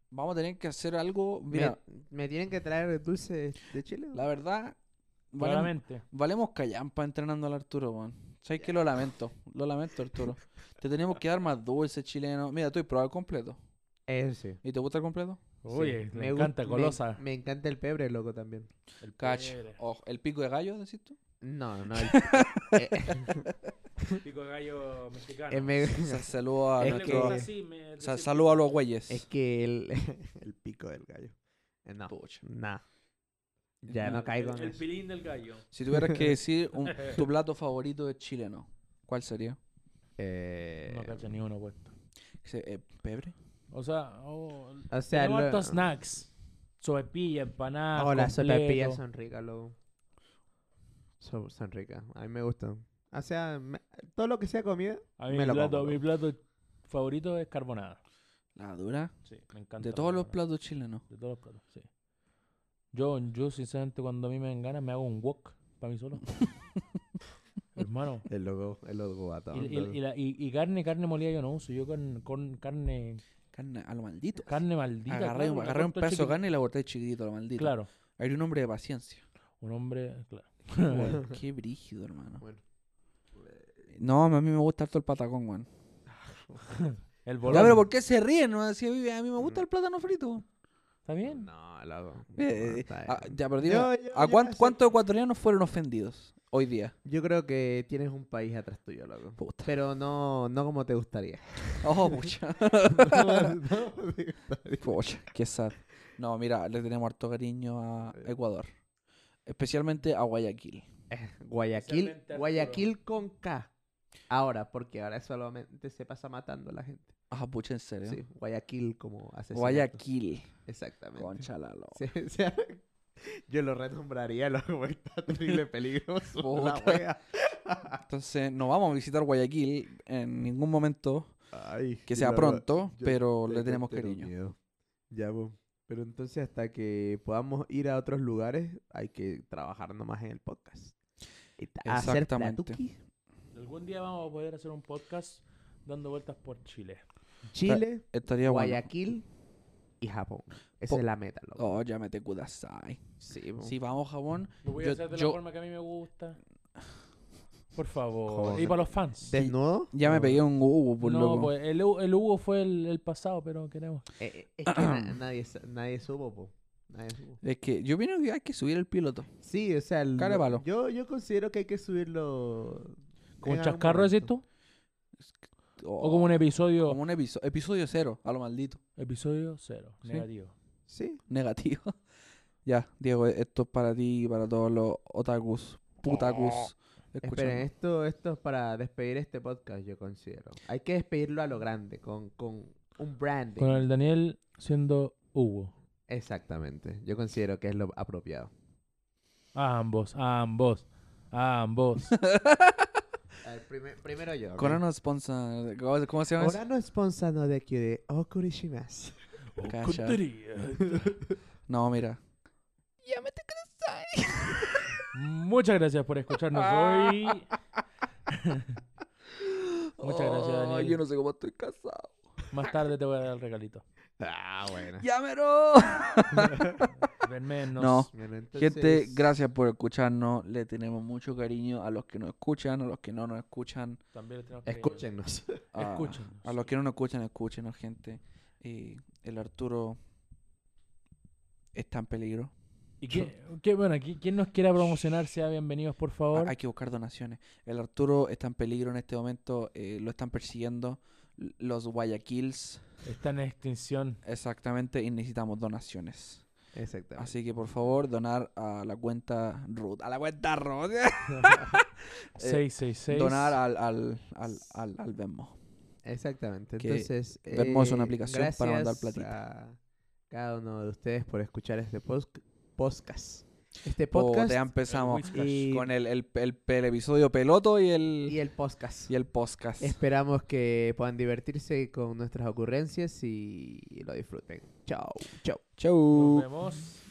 Speaker 2: Vamos a tener que hacer algo.
Speaker 3: Me-
Speaker 2: Mira,
Speaker 3: me, tienen que traer dulce de, de Chile.
Speaker 2: la verdad, valemos,
Speaker 1: Claramente.
Speaker 2: valemos callampa entrenando al Arturo, man. ¿Sabes que Lo lamento. Lo lamento, Arturo. te tenemos que dar más dulce, chileno. Mira, tú y prueba el completo.
Speaker 3: Eso Eh, sí.
Speaker 2: ¿Y te gusta el completo?
Speaker 1: Oye,
Speaker 3: Sí.
Speaker 1: me
Speaker 3: gust-
Speaker 1: encanta, Colosa.
Speaker 3: Me, encanta el pebre, loco, también.
Speaker 1: El
Speaker 2: Cacho.
Speaker 1: pebre.
Speaker 2: Oh, ¿El pico de gallo, decís tú?
Speaker 3: No, no. El, eh,
Speaker 1: Pico de gallo mexicano.
Speaker 3: eh, me-
Speaker 2: O sea, saludo a
Speaker 1: A
Speaker 3: Es
Speaker 1: él le gusta
Speaker 2: nuestro...
Speaker 3: que-
Speaker 1: así, me-
Speaker 2: sa-
Speaker 1: decir-
Speaker 2: saludo a los güeyes.
Speaker 3: es que el, el pico del gallo. Eh, No,
Speaker 2: Pucha.
Speaker 3: nah. Ya
Speaker 1: el-
Speaker 3: no caigo
Speaker 1: el,
Speaker 3: en
Speaker 1: el
Speaker 3: eso.
Speaker 1: pilín del gallo.
Speaker 2: Si tuvieras que decir un- tu plato favorito de chileno, ¿cuál sería?
Speaker 3: Eh,
Speaker 1: No cacha ni uno puesto.
Speaker 2: Ese, eh, ¿Pebre?
Speaker 1: O sea, oh,
Speaker 3: o sea,
Speaker 1: tenemos
Speaker 3: lo-
Speaker 1: hartos snacks. Sopepilla, empanadas.
Speaker 3: oh, las
Speaker 1: completo.
Speaker 3: sopepillas son ricas, loco. Son, son ricas. A mí me gustan. O sea, me- todo lo que sea comida.
Speaker 1: A mí
Speaker 3: me
Speaker 1: mi,
Speaker 3: lo
Speaker 1: plato,
Speaker 3: como,
Speaker 1: mi
Speaker 3: loco.
Speaker 1: plato favorito es carbonada.
Speaker 2: La dura.
Speaker 1: Sí, me encanta.
Speaker 2: De
Speaker 1: la
Speaker 2: todos los
Speaker 1: carbonada.
Speaker 2: platos chilenos.
Speaker 1: De todos los platos, sí. Yo, yo sinceramente, cuando a mí me dan ganas, me hago un wok para mí solo. Hermano.
Speaker 3: El logo, el logo
Speaker 1: Y, y- y la- y- y carne, carne molida yo no uso. Yo con, con carne,
Speaker 2: Carne, a lo maldito.
Speaker 1: carne maldita.
Speaker 2: Agarré,
Speaker 1: claro,
Speaker 2: un-
Speaker 1: la
Speaker 2: agarré un
Speaker 1: corto
Speaker 2: pedazo de
Speaker 1: chiquitito.
Speaker 2: carne y la boté chiquitito, a lo maldito.
Speaker 1: Claro.
Speaker 2: Hay un hombre de paciencia.
Speaker 1: Un hombre, claro.
Speaker 2: Weón, Qué brígido, hermano.
Speaker 3: Bueno.
Speaker 2: No, a mí me gusta harto el patacón, weón.
Speaker 1: El
Speaker 2: Ya,
Speaker 1: bolón.
Speaker 2: pero ¿por qué se ríen? No? Si a mí a mí me gusta el plátano frito.
Speaker 1: ¿Está bien?
Speaker 3: Mm. No, loco.
Speaker 2: Eh, eh,
Speaker 3: Está
Speaker 2: ah,
Speaker 3: bien.
Speaker 2: ya, pero dime,
Speaker 3: Yo- yo-
Speaker 2: ¿a
Speaker 3: yo
Speaker 2: cuán-
Speaker 3: acepto.
Speaker 2: ¿cuántos ecuatorianos fueron ofendidos hoy día?
Speaker 3: Yo creo que tienes un país atrás tuyo, loco.
Speaker 2: Puta.
Speaker 3: Pero no, no como te gustaría.
Speaker 2: Oh, pucha.
Speaker 3: No, no te gustaría.
Speaker 2: Pucha, qué sad. No, mira, le tenemos harto cariño a Ecuador. Especialmente a Guayaquil.
Speaker 3: Eh, Guayaquil,
Speaker 1: Especialmente Arturo.
Speaker 3: Guayaquil con K. Ahora, porque ahora solamente se pasa matando a la gente.
Speaker 2: Ah, pucha, en serio.
Speaker 3: Sí, Guayaquil como asesino.
Speaker 2: Guayaquil.
Speaker 3: Exactamente.
Speaker 2: Concha la lora.
Speaker 3: Sí, o sea, Yo lo renombraría, loco, porque está terrible peligroso. la
Speaker 2: Puta.
Speaker 3: wea.
Speaker 2: Entonces, no vamos a visitar Guayaquil en ningún momento
Speaker 3: Ay,
Speaker 2: que
Speaker 3: yo
Speaker 2: sea
Speaker 3: la verdad,
Speaker 2: pronto,
Speaker 3: yo
Speaker 2: pero le
Speaker 3: tengo-
Speaker 2: tenemos
Speaker 3: tengo
Speaker 2: cariño.
Speaker 3: miedo. Ya, po. Pero entonces hasta que podamos ir a otros lugares, hay que trabajar nomás en el podcast. Y ta- hacer
Speaker 2: Exactamente.
Speaker 3: platuki.
Speaker 1: Algún día vamos a poder hacer un podcast dando vueltas por Chile.
Speaker 3: Chile,
Speaker 2: Estaría bueno.
Speaker 3: Guayaquil y Japón. Esa
Speaker 2: Po-
Speaker 3: es la meta, loco.
Speaker 2: Oh, ya me te kudasai.
Speaker 3: Sí, po.
Speaker 2: Si vamos a Japón,
Speaker 1: Lo voy a
Speaker 2: Yo-
Speaker 1: hacer de
Speaker 2: yo-
Speaker 1: la forma que a mí me gusta. Por favor.
Speaker 3: Joder.
Speaker 1: Y para los fans.
Speaker 3: ¿Desnudo?
Speaker 2: ya me
Speaker 3: No.
Speaker 2: pegué un huevo, por
Speaker 1: no,
Speaker 2: loco.
Speaker 1: pues el, Hu- el Hugo fue el, el pasado, pero queremos.
Speaker 3: Eh, eh, es que na- nadie, sa- nadie supo, po. Nadie supo.
Speaker 2: Es que yo opino que hay que subir el piloto.
Speaker 3: Sí, o sea, el-
Speaker 2: Cara de palo.
Speaker 3: Yo, yo considero que hay que subirlo.
Speaker 1: ¿Como
Speaker 3: en
Speaker 1: un
Speaker 3: algún
Speaker 1: chascarro
Speaker 3: momento.
Speaker 1: decís tú? ¿O como un episodio?
Speaker 2: Oh, Como un episodio, episodio cero, a lo maldito.
Speaker 1: Episodio cero,
Speaker 2: Sí.
Speaker 1: negativo.
Speaker 3: Sí.
Speaker 2: Negativo. ya, Diego, esto es para ti y para todos los otakus, putakus.
Speaker 3: Esperen, eh.
Speaker 2: Escuchen.
Speaker 3: esto, esto es para despedir este podcast, yo considero. Hay que despedirlo a lo grande, con, con un branding.
Speaker 1: Con el Daniel siendo Hugo.
Speaker 3: Exactamente. Yo considero que es lo apropiado.
Speaker 1: A ambos, a ambos, a ambos.
Speaker 3: A ver, prime- primero yo. ¿ok?
Speaker 2: Corano sponsor. ¿Cómo cómo se llama? eso?
Speaker 3: Corano sponsor no de Kyude Okurishimasu.
Speaker 2: Calla.
Speaker 1: Contaría.
Speaker 2: No, mira.
Speaker 1: Muchas gracias por escucharnos
Speaker 2: Ah.
Speaker 1: hoy. Muchas gracias,
Speaker 2: Oh,
Speaker 1: Daniel.
Speaker 2: Yo no sé cómo estoy casado.
Speaker 1: Más tarde te voy a dar el regalito.
Speaker 3: Ah, bueno.
Speaker 2: ¡Llámelo!
Speaker 1: Vermenos.
Speaker 2: No.
Speaker 3: Bueno,
Speaker 2: Gente,
Speaker 3: entonces,
Speaker 2: gracias por escucharnos. Le tenemos mucho cariño a los que nos escuchan, a los que no nos escuchan.
Speaker 1: También le tenemos que-
Speaker 3: Escúchenos.
Speaker 2: A,
Speaker 1: Escúchenos.
Speaker 2: A los que no nos escuchan, escúchenos, gente. Y el Arturo está en peligro.
Speaker 1: ¿Y qué, qué- bueno, qui- quien nos quiera promocionar, sea bienvenidos, por
Speaker 2: Ah,
Speaker 1: favor.
Speaker 2: Hay que buscar donaciones. El Arturo está en peligro en este momento. eh, lo están persiguiendo l- los Guayaquils.
Speaker 1: Está en extinción.
Speaker 2: Exactamente. Y necesitamos donaciones.
Speaker 3: Exactamente.
Speaker 2: Así que por favor, donar a la cuenta Ruth. A la cuenta Ruth.
Speaker 1: 666.
Speaker 2: Eh, donar al, al, al, al, al Venmo.
Speaker 3: Exactamente.
Speaker 2: Que
Speaker 3: Entonces,
Speaker 2: Venmo es una
Speaker 3: eh,
Speaker 2: aplicación para mandar
Speaker 3: gracias
Speaker 2: platita.
Speaker 3: a cada uno de ustedes por escuchar este posc- podcast. Este
Speaker 2: O
Speaker 3: podcast
Speaker 2: te empezamos
Speaker 1: Whiskas.
Speaker 3: y,
Speaker 2: con el, el, el- el episodio peloto y el,
Speaker 3: y el podcast.
Speaker 2: y el podcast.
Speaker 3: Esperamos que puedan divertirse con nuestras ocurrencias y lo disfruten. Chao, chao.
Speaker 1: Nos
Speaker 2: Chau.
Speaker 1: vemos.